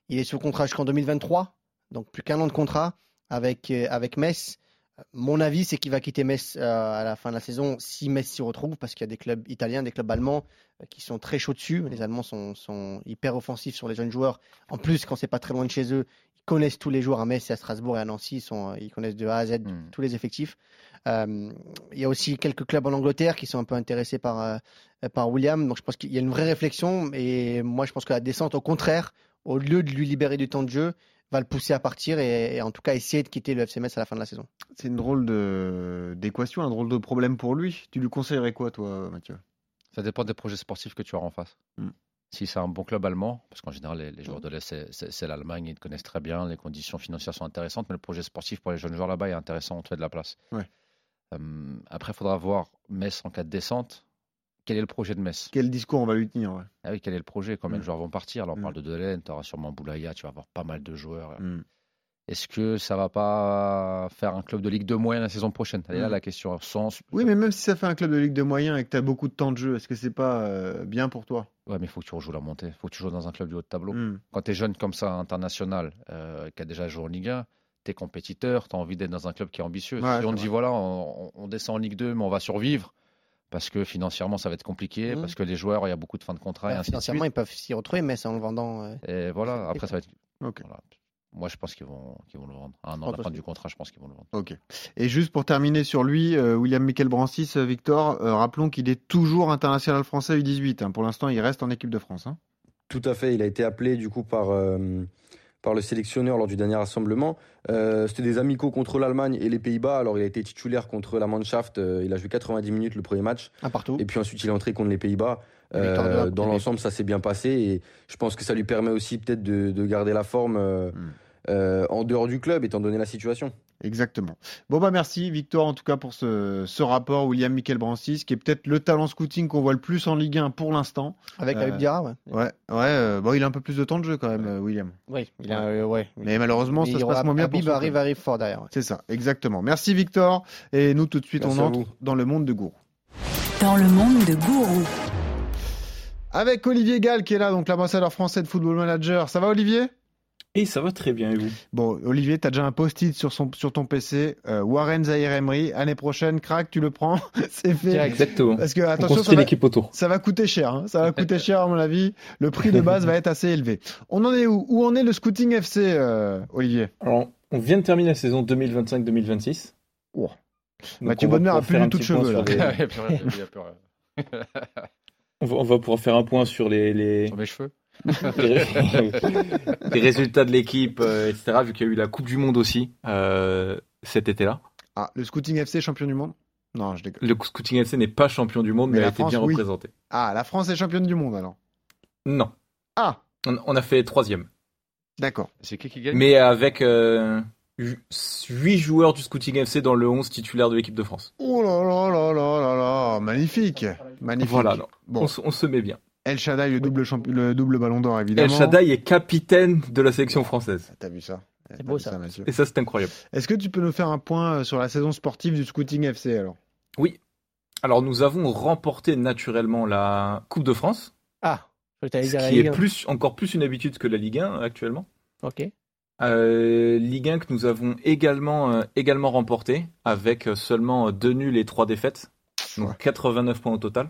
S3: Il est sous contrat jusqu'en 2023, donc plus qu'un an de contrat avec, euh, avec Metz. Euh, Mon avis, c'est qu'il va quitter Metz euh, à la fin de la saison si Metz s'y retrouve, parce qu'il y a des clubs italiens, des clubs allemands euh, qui sont très chauds dessus. Les Allemands sont, sont hyper offensifs sur les jeunes joueurs. En plus, quand c'est pas très loin de chez eux, ils connaissent tous les joueurs à Metz et à Strasbourg et à Nancy. Ils, sont, euh, ils connaissent de A à Z
S4: Hmm.
S3: tous les effectifs. Euh, il y a aussi quelques clubs en Angleterre qui sont un peu intéressés par, euh, par William. Donc je pense qu'il y a une vraie réflexion. Et moi, je pense que la descente, au contraire, au lieu de lui libérer du temps de jeu, va le pousser à partir et, et en tout cas essayer de quitter le FC Metz à la fin de la saison.
S2: C'est une drôle de- d'équation, un drôle de problème pour lui. Tu lui conseillerais quoi, toi, Mathieu
S4: Ça dépend des projets sportifs que tu auras en face.
S2: Mm.
S4: Si c'est un bon club allemand, parce qu'en général, les, les joueurs de l'Est, c'est- c'est c'est l'Allemagne, ils te connaissent très bien, les conditions financières sont intéressantes, mais le projet sportif pour les jeunes joueurs là-bas est intéressant, on te fait de la place.
S2: Ouais.
S4: Euh, après, il faudra voir Metz en cas de descente. Quel est le projet de Metz
S2: Quel discours on va lui tenir ouais.
S4: Ah oui, quel est le projet Combien
S2: Mm.
S4: de joueurs vont partir Alors, on
S2: Mm.
S4: parle de Delaine, tu auras sûrement Boulaya, tu vas avoir pas mal de joueurs.
S2: Mm.
S4: Est-ce que ça va pas faire un club de Ligue 2 moyen la saison prochaine Elle est là
S2: Mm.
S4: la question. Sans...
S2: Oui, mais même si ça fait un club de Ligue de moyens et que tu as beaucoup de temps de jeu, est-ce que c'est pas euh, bien pour toi
S4: Ouais, mais il faut que tu rejoues la montée. Il faut que tu joues dans un club du haut de tableau.
S2: Hmm.
S4: quand tu es jeune comme ça, international, euh, qui a déjà joué en Ligue 1, tu es compétiteur, tu as envie d'être dans un club qui est ambitieux.
S2: Ouais,
S4: si on
S2: c'est
S4: te dit, voilà, on, on descend en Ligue 2, mais on va survivre, parce que financièrement, ça va être compliqué,
S2: Hmm.
S3: Mhm.
S4: parce que les joueurs, il y a beaucoup de fins de contrat, et
S3: Bah,
S4: ainsi de
S3: financièrement,
S4: suite.
S3: ils peuvent s'y retrouver Metz en le vendant. euh,
S4: Et voilà, après, ça va être.
S2: Ok.
S4: voilà. Moi, je pense qu'ils vont, qu'ils vont le vendre. Ah, À un
S2: pense
S4: an, à la fin
S2: aussi.
S4: du contrat, je pense qu'ils vont le vendre.
S2: Ok. Et juste pour terminer sur lui, euh, William Michael Brancis, euh, Victor, euh, rappelons qu'il est toujours international français U18. hein. Pour l'instant, il reste en équipe de France. hein.
S10: Tout à fait. Il a été appelé du coup par, euh, par le sélectionneur lors du dernier rassemblement. Euh, C'était des amicaux contre l'Allemagne et les Pays-Bas. Alors il a été titulaire contre la Mannschaft. Euh, il a joué 90 minutes le premier match.
S3: un Ah, partout.
S10: Et puis ensuite il est entré contre les Pays-Bas.
S3: La victoire de
S10: Euh,
S3: la Coupe
S10: dans
S3: des
S10: l'ensemble, ça s'est bien passé. Et je pense que ça lui permet aussi peut-être de, de garder la forme euh,
S2: Mm.
S10: euh, en dehors du club, étant donné la situation.
S2: Exactement. Bon, bah merci, Victor, en tout cas, pour ce, ce rapport, William Michael Brancis, qui est peut-être le talent scouting qu'on voit le plus en Ligue 1 pour l'instant.
S3: Avec
S2: Euh,
S3: Habib Diarra, ouais.
S2: Ouais, ouais, euh, bon, il a un peu plus de temps de jeu quand même, euh, William.
S3: Oui, il a, euh, ouais.
S2: Mais malheureusement,
S3: Mais
S2: ça se
S3: il-
S2: passe moins bien pour
S3: Habib
S2: son
S3: arrive,
S2: club.
S3: arrive fort derrière. ouais.
S2: C'est ça, exactement. Merci, Victor. Et nous, tout de suite,
S10: Merci
S2: on
S10: à
S2: entre
S10: vous.
S2: dans le monde de Gourou.
S11: Dans le monde de Gourou.
S2: Avec Olivier Gall qui est là, donc l'ambassadeur français de Football Manager. Ça va, Olivier
S7: Et ça va très bien, et vous
S2: Bon, Olivier, t'as déjà un post-it sur, son, sur ton PC. euh, Warren Zahir Emery, année prochaine, crack, tu le prends. C'est fait.
S7: Exactement.
S2: Parce que,
S7: On
S2: attention, ça
S7: construit
S2: va,
S7: l'équipe autour.
S2: ça va coûter cher. hein. Ça va coûter cher, à mon avis. Le prix de base va être assez élevé. On en est où Où en est le scouting FC, euh, Olivier
S7: Alors, on vient de terminer la saison 2025-2026.
S2: Ouh.
S7: Donc,
S2: Mathieu
S7: on va
S2: Bonnemer a
S7: pouvoir
S2: plus
S7: faire
S2: du
S7: un
S2: tout de
S7: petit point
S2: cheveux,
S7: sur
S2: là.
S7: les-
S4: Il y a plus rien, il y a plus rien.
S7: On va, on va pouvoir faire un point sur les, les,
S4: Sur mes cheveux
S7: les les résultats de l'équipe, euh, etc. Vu qu'il y a eu la Coupe du Monde aussi euh, cet été-là.
S2: Ah, le scouting FC champion du monde Non, je déconne.
S7: Le scouting FC n'est pas champion du monde,
S2: Mais
S7: mais,
S2: la
S7: a été
S2: France,
S7: bien
S2: oui.
S7: représenté.
S2: Ah, la France est championne du monde alors.
S7: Non,
S2: Ah,
S7: on, on a fait troisième.
S2: d'accord.
S4: C'est qui qui gagne
S7: Mais avec 8 joueurs du scouting FC dans le 11 titulaire de l'équipe de France.
S2: Oh là là là là là là, magnifique, magnifique.
S7: Voilà, non,
S2: Bon,
S7: on, se- on se met bien.
S2: El Shaddai, le double, champi- le double ballon d'or, évidemment. Ah,
S7: El Shaddai est capitaine de la sélection française.
S2: T'as vu ça T'as
S3: beau,
S2: vu
S3: ça.
S2: monsieur.
S7: Et ça, c'est incroyable.
S2: Est-ce que tu peux nous faire un point euh, sur la saison sportive du scouting FC alors
S7: Alors, nous avons remporté naturellement la Coupe de France,
S3: Ah, je crois que t'allais
S7: ce
S3: dire la
S7: qui
S3: Ligue
S7: est
S3: 1.
S7: plus, encore plus une habitude que la Ligue 1 actuellement.
S3: Ok.
S7: Euh, Ligue 1 que nous avons également, euh, également remporté avec euh, seulement deux nuls et trois défaites. Donc 89 points au total.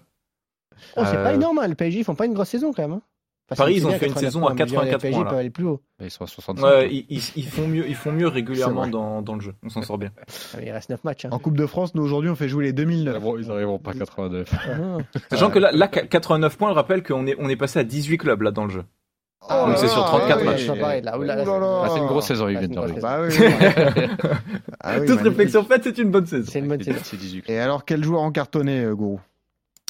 S3: Oh, c'est
S7: Euh,
S3: pas énorme, hein, le PSG, ils font pas une grosse saison quand même. hein. Enfin,
S7: Paris,
S3: c'est
S7: ils ont
S3: bien,
S7: fait une
S3: 89
S7: saison à
S3: points, mais je veux dire,
S7: 84
S3: Le PSG
S7: points,
S3: peut
S7: là.
S3: aller plus haut.
S4: Ils sont à 65.
S7: Ouais, ils, ils- ils font mieux, ils font mieux régulièrement
S2: C'est vrai.
S7: dans, dans le jeu. On s'en sort bien.
S3: Ah, mais Il reste 9 matchs. hein.
S2: En Coupe de France, nous aujourd'hui on fait jouer les 2009.
S4: ils n'arriveront pas à 89.
S3: Ah,
S7: Sachant que là, là, 89 points, je rappelle qu'on est, on est passé à 18 clubs là dans le jeu.
S3: Oh
S2: Ah,
S7: Donc c'est sur
S2: ah,
S7: 34
S2: oui.
S7: matchs.
S3: C'est pas pareil, là. Ouh là là,
S2: Ouh là Bah, là.
S4: Ah, c'est une grosse saison,
S3: Ah, c'est
S4: Yves
S3: une
S4: Doré.
S3: grosse
S2: Bah oui, oui. Ah oui,
S7: Toute
S2: magnifique.
S7: réflexion faite, c'est une bonne saison.
S3: C'est une bonne saison.
S4: C'est 18.
S2: Et alors, quel joueur en cartonné, euh, Gourou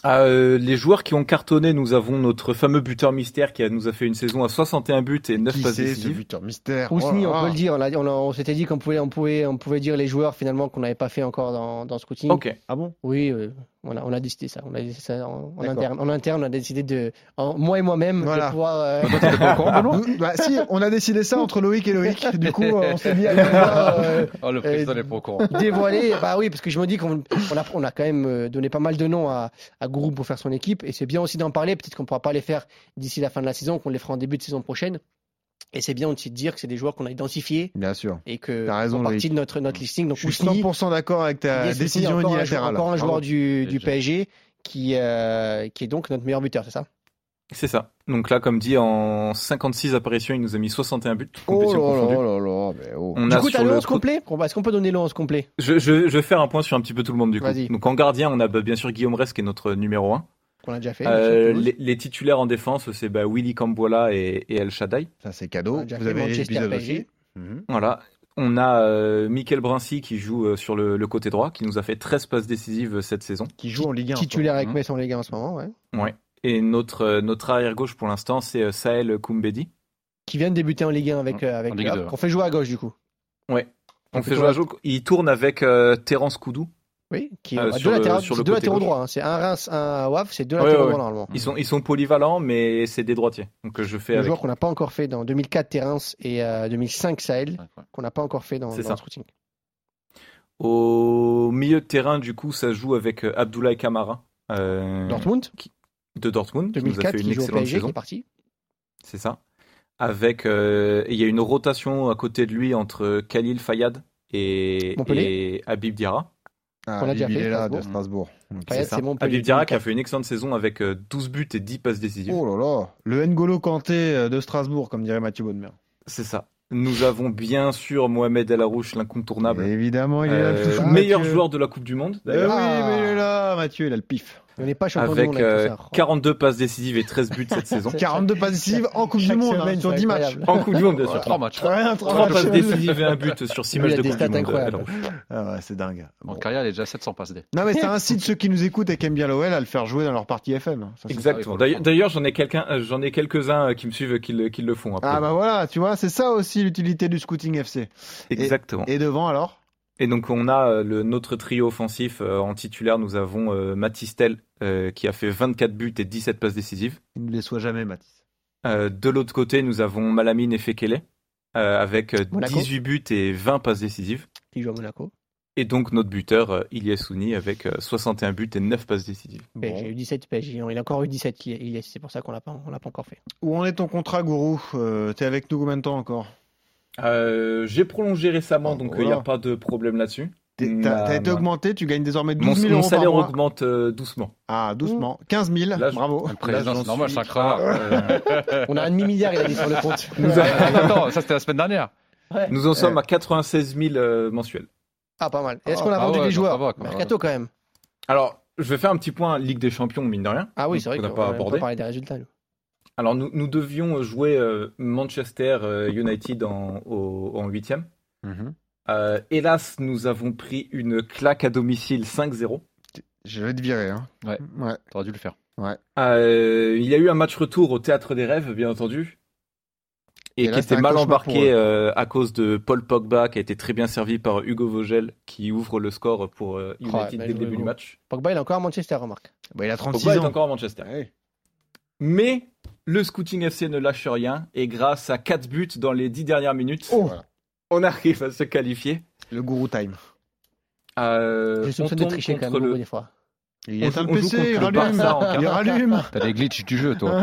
S7: Ah, euh, les joueurs qui ont cartonné, nous avons notre fameux buteur mystère qui a- nous a fait une saison à 61 buts et 9
S2: Qui
S7: passes
S2: c'est ce
S7: décisives.
S2: buteur mystère
S3: Rousni,
S2: Oh là
S3: on peut
S2: là.
S3: le dire. On, l'a- on, a- on s'était dit qu'on pouvait, on pouvait, on pouvait dire les joueurs finalement qu'on n'avait pas fait encore dans, dans scouting.
S7: Ok.
S2: Ah bon
S3: Oui, euh, on, a, on a décidé ça. On a décidé ça en, en
S2: D'accord.
S3: interne. En interne, on a décidé de, en- moi et moi-même,
S2: Voilà.
S3: de pouvoir. euh,
S2: Nous- Bah si, on a décidé ça entre Loïc et Loïc. Du coup, euh, on s'est dit, allez, on va, euh,
S3: euh,
S4: Oh, le président n'est pas au courant.
S3: dévoiler. Bah oui, parce que je me dis qu'on on a, on a quand même euh, donné pas mal de noms à, à Gourou pour faire son équipe. Et c'est bien aussi d'en parler. Peut-être qu'on pourra pas les faire d'ici la fin de la saison, qu'on les fera en début de saison prochaine. Et c'est bien aussi de dire que c'est des joueurs qu'on a identifiés
S2: Bien sûr.
S3: et que
S2: T'as raison,
S3: font partie
S2: Loïc.
S3: de notre, notre listing. Donc,
S2: Je suis
S3: Ousni,
S2: 100% d'accord avec ta
S3: Yes,
S2: décision
S3: Ousni, encore un joueur-
S2: unilatérale.
S3: Encore un joueur
S2: Bravo.
S3: du, du
S4: Déjà.
S3: PSG qui, euh, qui est donc notre meilleur buteur, c'est ça
S7: C'est ça. Donc là, comme dit, en 56 apparitions, il nous a mis 61 buts. toutes compétitions confondues.
S2: Oh là là, mais oh.
S7: On
S3: Du
S7: a
S3: coup, t'as
S7: sur
S3: le
S7: le
S3: 11 complet bah, Est-ce qu'on peut donner le 11 complet
S7: Je, je, je vais faire un point sur un petit peu tout le monde du coup.
S3: Vas-y.
S7: Donc en gardien, on a bah, bien sûr Guillaume Rest qui est notre numéro 1.
S3: Qu'on a déjà fait.
S7: Euh,
S3: bien sûr, Toulouse.
S7: les, les titulaires en défense, c'est bah, Willy Cambuola et, et El Shaddai.
S2: Ça, c'est cadeau.
S3: On a déjà
S2: Vous
S3: fait
S2: avez
S3: Manchester
S2: l'épisode
S3: PSG.
S2: aussi. Mhm.
S7: Voilà. On a euh, Michael Brincy qui joue euh, sur le, le côté droit, qui nous a fait 13 passes décisives euh, cette saison.
S2: Qui joue en Ligue 1.
S3: Titulaire avec
S7: Mhm.
S3: Metz en Ligue 1 en ce moment, ouais.
S7: Et notre, euh, notre arrière-gauche pour l'instant, c'est euh, Sahel Koumbedi.
S3: Qui vient de débuter en Ligue 1 avec.
S7: Mmh.
S3: euh, avec
S4: En Ligue
S3: hop,
S4: 2,
S3: qu'on fait jouer à gauche, du coup.
S7: On fait jouer à jouer- Il tourne avec euh, Terence Koudou.
S3: Oui, qui
S7: Euh,
S3: a deux
S7: sur le-
S3: latéraux,
S7: sur
S3: c'est
S7: le
S3: deux
S7: côté
S3: latéraux
S7: gauche.
S3: droits. hein. C'est un Reims, un WAF, c'est deux
S7: Ouais,
S3: latéraux
S7: ouais,
S3: droits normalement.
S7: Ils sont, ils sont polyvalents, mais c'est des droitiers. Donc euh, je fais
S3: Des
S7: avec.
S3: joueurs qu'on n'a pas encore fait dans 2004 Terence et euh, 2005 Sahel,
S4: Ouais, ouais.
S3: qu'on n'a pas encore fait dans,
S7: C'est
S3: dans
S7: ça.
S3: le scouting.
S7: Au milieu de terrain, du coup, ça se joue avec euh, Abdoulaye Kamara euh,
S3: Dortmund,
S7: de Dortmund, qui nous a
S3: 2004,
S7: fait une
S3: qui joue au
S7: excellente
S3: PSG, qui
S7: saison.
S3: est parti.
S7: C'est ça. Avec, euh, il y a une rotation à côté de lui entre Khalil Fayad et,
S3: Montpellier.
S7: et Habib Diarra.
S2: Ah,
S3: qu'on a déjà
S2: Bibi,
S3: fait,
S2: il est là, de
S3: Strasbourg.
S2: Strasbourg. Ok.
S3: Payet,
S7: ça.
S3: c'est bon.
S7: Habib Diarra qui a fait une excellente saison avec euh, 12 buts et 10 passes décisives.
S2: Oh là là. Le N'Golo Kanté euh, de Strasbourg, comme dirait Mathieu Baudemer.
S7: C'est ça. Nous avons bien sûr Mohamed El Arouche, l'incontournable.
S2: Évidemment, il est là. le
S7: Euh,
S2: chouchou,
S7: meilleur
S2: Mathieu.
S7: joueur de la Coupe du Monde,
S2: Eh
S7: d'ailleurs.
S2: oui, mais il est là, Mathieu, il a le pif.
S3: On n'est pas champion
S7: Avec
S3: du monde avec
S7: euh,
S3: tout ça.
S7: 42 passes décisives et 13 buts cette saison.
S2: 42 passes décisives en Coupe du
S3: Chaque
S2: Monde, hein,
S3: semaine,
S2: sur
S3: c'est
S2: 10 matchs.
S3: incroyable.
S7: En Coupe du Monde, bien sûr.
S4: Trois matchs.
S2: Rien,
S7: Trois passes
S2: matchs.
S7: décisives et un but sur six
S3: Lui,
S7: matchs
S3: il a
S7: de
S3: des
S7: Coupe
S3: stats
S7: du Monde.
S3: incroyables.
S7: Alain Roche.
S2: Ah ouais, c'est dingue. Bon.
S4: Mon bah, carrière, il est déjà 700 passes D.
S2: Non, mais c'est un site, ceux qui nous écoutent et qui aiment bien l'OL, à le faire jouer dans leur partie FM. hein. Ça, c'est-
S7: Exactement. D'ailleurs- D'ailleurs, j'en ai quelqu'un, euh, j'en ai quelques-uns euh, qui me suivent, euh, qui le, qui le font. après.
S2: Ah bah voilà, tu vois, c'est ça aussi l'utilité du scouting FC.
S7: Exactement.
S2: Et devant alors
S7: Et donc on a euh, le, notre trio offensif euh, en titulaire. Nous avons euh, Matistel euh, qui a fait 24 buts et 17 passes décisives.
S2: Il ne les soit jamais, Mathis.
S7: Euh, de l'autre côté, nous avons Malamine et Fekele euh, avec euh,
S3: Monaco.
S7: 18 buts et 20 passes décisives.
S3: Qui joue à Monaco.
S7: Et donc notre buteur euh, Ilyasouni avec euh, 61 buts et 9 passes décisives.
S3: PSG, U17, PSG. Il a encore eu 17 qui est- il est- c'est pour ça qu'on l'a pas, on l'a pas encore fait.
S2: Où en est ton contrat, Gourou Euh, T'es avec nous combien de temps encore
S7: Euh, J'ai prolongé récemment,
S2: Oh,
S7: donc euh, il
S2: voilà.
S7: n'y a pas de problème là-dessus. Bah,
S2: T'es-
S7: Ma-
S2: T'as t'as été
S7: ma-
S2: augmenté, tu gagnes désormais
S7: Mon,
S2: 12 000
S7: mon
S2: euros par
S7: salaire
S2: mois.
S7: augmente euh, doucement.
S2: Ah, doucement. 15 000,
S7: Là, je-
S2: bravo.
S4: Président,
S7: j'en
S4: c'est normal,
S7: suis
S4: c'est un
S2: Ah
S4: crevard.
S7: à, euh,
S3: On a un demi-milliard, il a dit sur le compte.
S4: attends, attends, ça c'était la semaine dernière.
S7: Nous en sommes à 96 000 euh, mensuels.
S3: Ah, pas mal. Est-ce qu'on a
S4: Ah
S3: vendu
S4: ouais,
S3: des
S4: non,
S3: joueurs
S4: ça va, quand même.
S3: Mercato quand même.
S7: Alors, je vais faire un petit point Ligue des Champions, mine de rien.
S3: Ah oui, c'est vrai
S7: qu'on Mmh.
S3: qu'on
S7: n'a pas
S3: on a
S7: abordé. Oh,
S3: parlé des résultats. nous.
S7: Alors, nous, nous devions jouer euh, Manchester euh, United en, au- en huitième.
S2: Mhm.
S7: Euh, hélas, nous avons pris une claque à domicile 5-0.
S2: Je vais te virer. Hein.
S4: Ouais.
S2: ouais.
S4: T'aurais dû le faire.
S7: Euh, il y a eu un match retour au Théâtre des Rêves, bien entendu. Et,
S2: Et là,
S7: qui
S2: c'était
S7: était
S2: un
S7: mal
S2: cauchemar pour
S7: embarqué
S2: eux.
S7: euh, à cause de Paul Pogba, qui a été très bien servi par Hugo Vogel, qui ouvre le score pour euh,
S3: Oh,
S4: bah,
S7: United
S3: bien
S7: dès le
S3: joué,
S7: début du
S3: Hugo.
S7: match.
S3: Pogba, il est encore à Manchester, remarque.
S2: Bah, il a 36
S7: Pogba est
S2: ans.
S7: encore à Manchester.
S2: Ouais.
S7: Mais le Scouting FC ne lâche rien et grâce à 4 buts dans les 10 dernières minutes,
S2: Oh,
S7: on arrive à se qualifier.
S2: le Gourou Time.
S7: Euh,
S3: Je
S7: on
S3: soupçonne de
S7: tombe
S3: tricher quand
S7: contre
S3: même beaucoup
S7: le,
S3: des fois.
S2: Il
S7: On
S2: est
S7: joue-
S2: un
S7: on joue
S2: PC, il
S7: contre le
S2: rallume.
S7: Barça en quart.
S2: Il rallume.
S4: T'as des glitches du jeu, toi.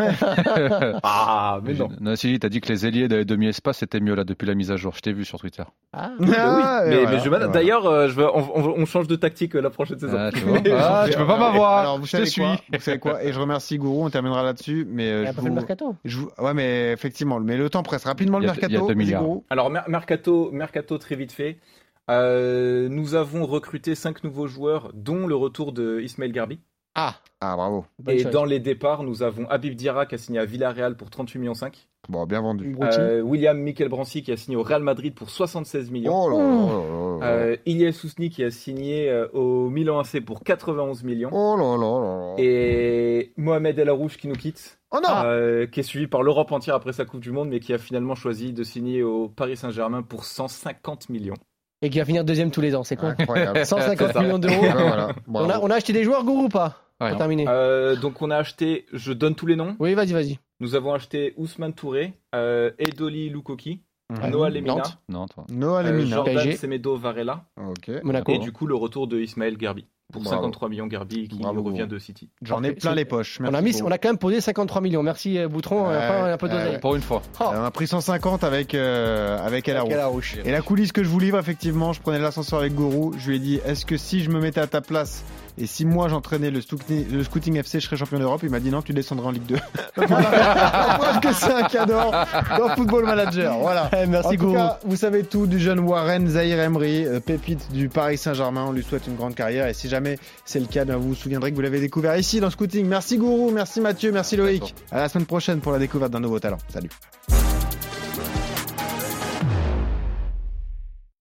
S7: Ah, mais non.
S4: Non, si, t'as dit que les ailiers des demi-espaces c'était mieux là depuis la mise à jour. Je t'ai vu sur Twitter.
S3: Ah,
S2: Ah,
S7: Mais oui, mais- mais
S2: et voilà,
S7: je m'en-
S2: et voilà.
S7: D'ailleurs, euh, je veux- on, on- on change de tactique euh, la prochaine saison.
S4: Ah, tu vois. Ah, tu peux pas m'avoir.
S2: Alors, vous
S4: Je
S2: savez
S4: te
S2: quoi
S4: suis.
S2: Vous savez quoi Et je remercie Gourou, on terminera là-dessus. Mais euh,
S3: il a
S2: je
S3: pas fait le
S2: vous-
S3: mercato.
S2: je vous- Ouais, mais effectivement, mais le temps presse. Rapidement, le
S4: Il y a- il y a
S2: mercato.
S4: deux
S2: vas-y,
S4: milliards.
S2: Gourou.
S7: Alors, Mer- mercato, mercato, très vite fait. Euh, nous avons recruté 5 nouveaux joueurs, dont le retour de Ismail Garbi,
S4: Ah
S2: Ah, bravo.
S3: Bonne
S7: Et
S3: chose.
S7: dans les départs, nous avons Habib Diarra qui a signé à Villarreal pour 38 millions 5.
S2: Bon, bien vendu.
S3: Broutilles.
S7: Euh, William Mikel Brancy qui a signé au Real Madrid pour 76 millions.
S2: Oh là là là là là.
S7: Euh, Ilyes Sousni qui a signé euh, au Milan AC pour 91 millions.
S2: Oh là là là là.
S7: Et Mohamed El Arouche qui nous quitte,
S2: Oh non
S7: euh, qui est suivi par l'Europe entière après sa Coupe du Monde, mais qui a finalement choisi de signer au Paris Saint-Germain pour 150 millions.
S3: Et qui va finir deuxième tous les ans, c'est con.
S2: Incroyable.
S3: 150
S7: C'est ça.
S3: millions d'euros.
S2: voilà, ben voilà.
S3: On a,
S2: Bravo.
S3: on a acheté des joueurs, Gourou, ou pas
S4: Ouais,
S3: Pour
S4: non.
S3: terminer.
S7: Euh, donc on a acheté, je donne tous les noms,
S3: Oui, vas-y, vas-y.
S7: nous avons acheté Ousmane Touré, euh, Edoli Lukoki,
S3: Ah,
S2: Mhm.
S7: Noah Lemina,
S4: Nantes Nantes, ouais.
S2: Noah
S7: euh,
S2: Lemina.
S7: Jordan
S3: PSG.
S7: Semedo Varela,
S2: Ok.
S3: Monaco.
S7: et du coup le retour de Ismaël Garbi pour
S2: Bravo.
S7: 53 millions Garbi qui
S2: Bravo.
S7: revient de City.
S2: J'en ai
S3: Parfait.
S2: plein
S3: C'est-
S2: les poches.
S3: On a,
S2: merci
S3: mis,
S2: beaucoup.
S3: on a quand même posé 53 millions. Merci euh, Boutron,
S2: Ouais,
S3: enfin, on a un peu
S2: ouais,
S3: d'oseille.
S4: Pour une fois.
S3: Oh,
S2: On a pris 150 avec, euh, avec El
S3: quelle
S2: Arouf.
S3: harouche.
S2: Et la coulisse que je vous livre, effectivement, je prenais l'ascenseur avec Gourou. Je lui ai dit Est-ce que si je me mettais à ta place et si moi j'entraînais le, Stoukni- le Scouting FC, je serais champion d'Europe Il m'a dit Non, tu descendrais en Ligue 2. voilà. Preuve que c'est un cadeau dans Football Manager. Voilà.
S3: Eh,
S2: en
S3: Merci
S2: tout
S3: Gourou.
S2: cas, vous savez tout du jeune Warren Zahir Emery, euh, pépite du Paris Saint-Germain. On lui souhaite une grande carrière. Et si jamais c'est le cas, ben, vous vous souviendrez que vous l'avez découvert ici dans Scouting. Merci Gourou, merci Mathieu, merci Loïc. À la semaine prochaine pour la découverte d'un nouveau talent. Salut.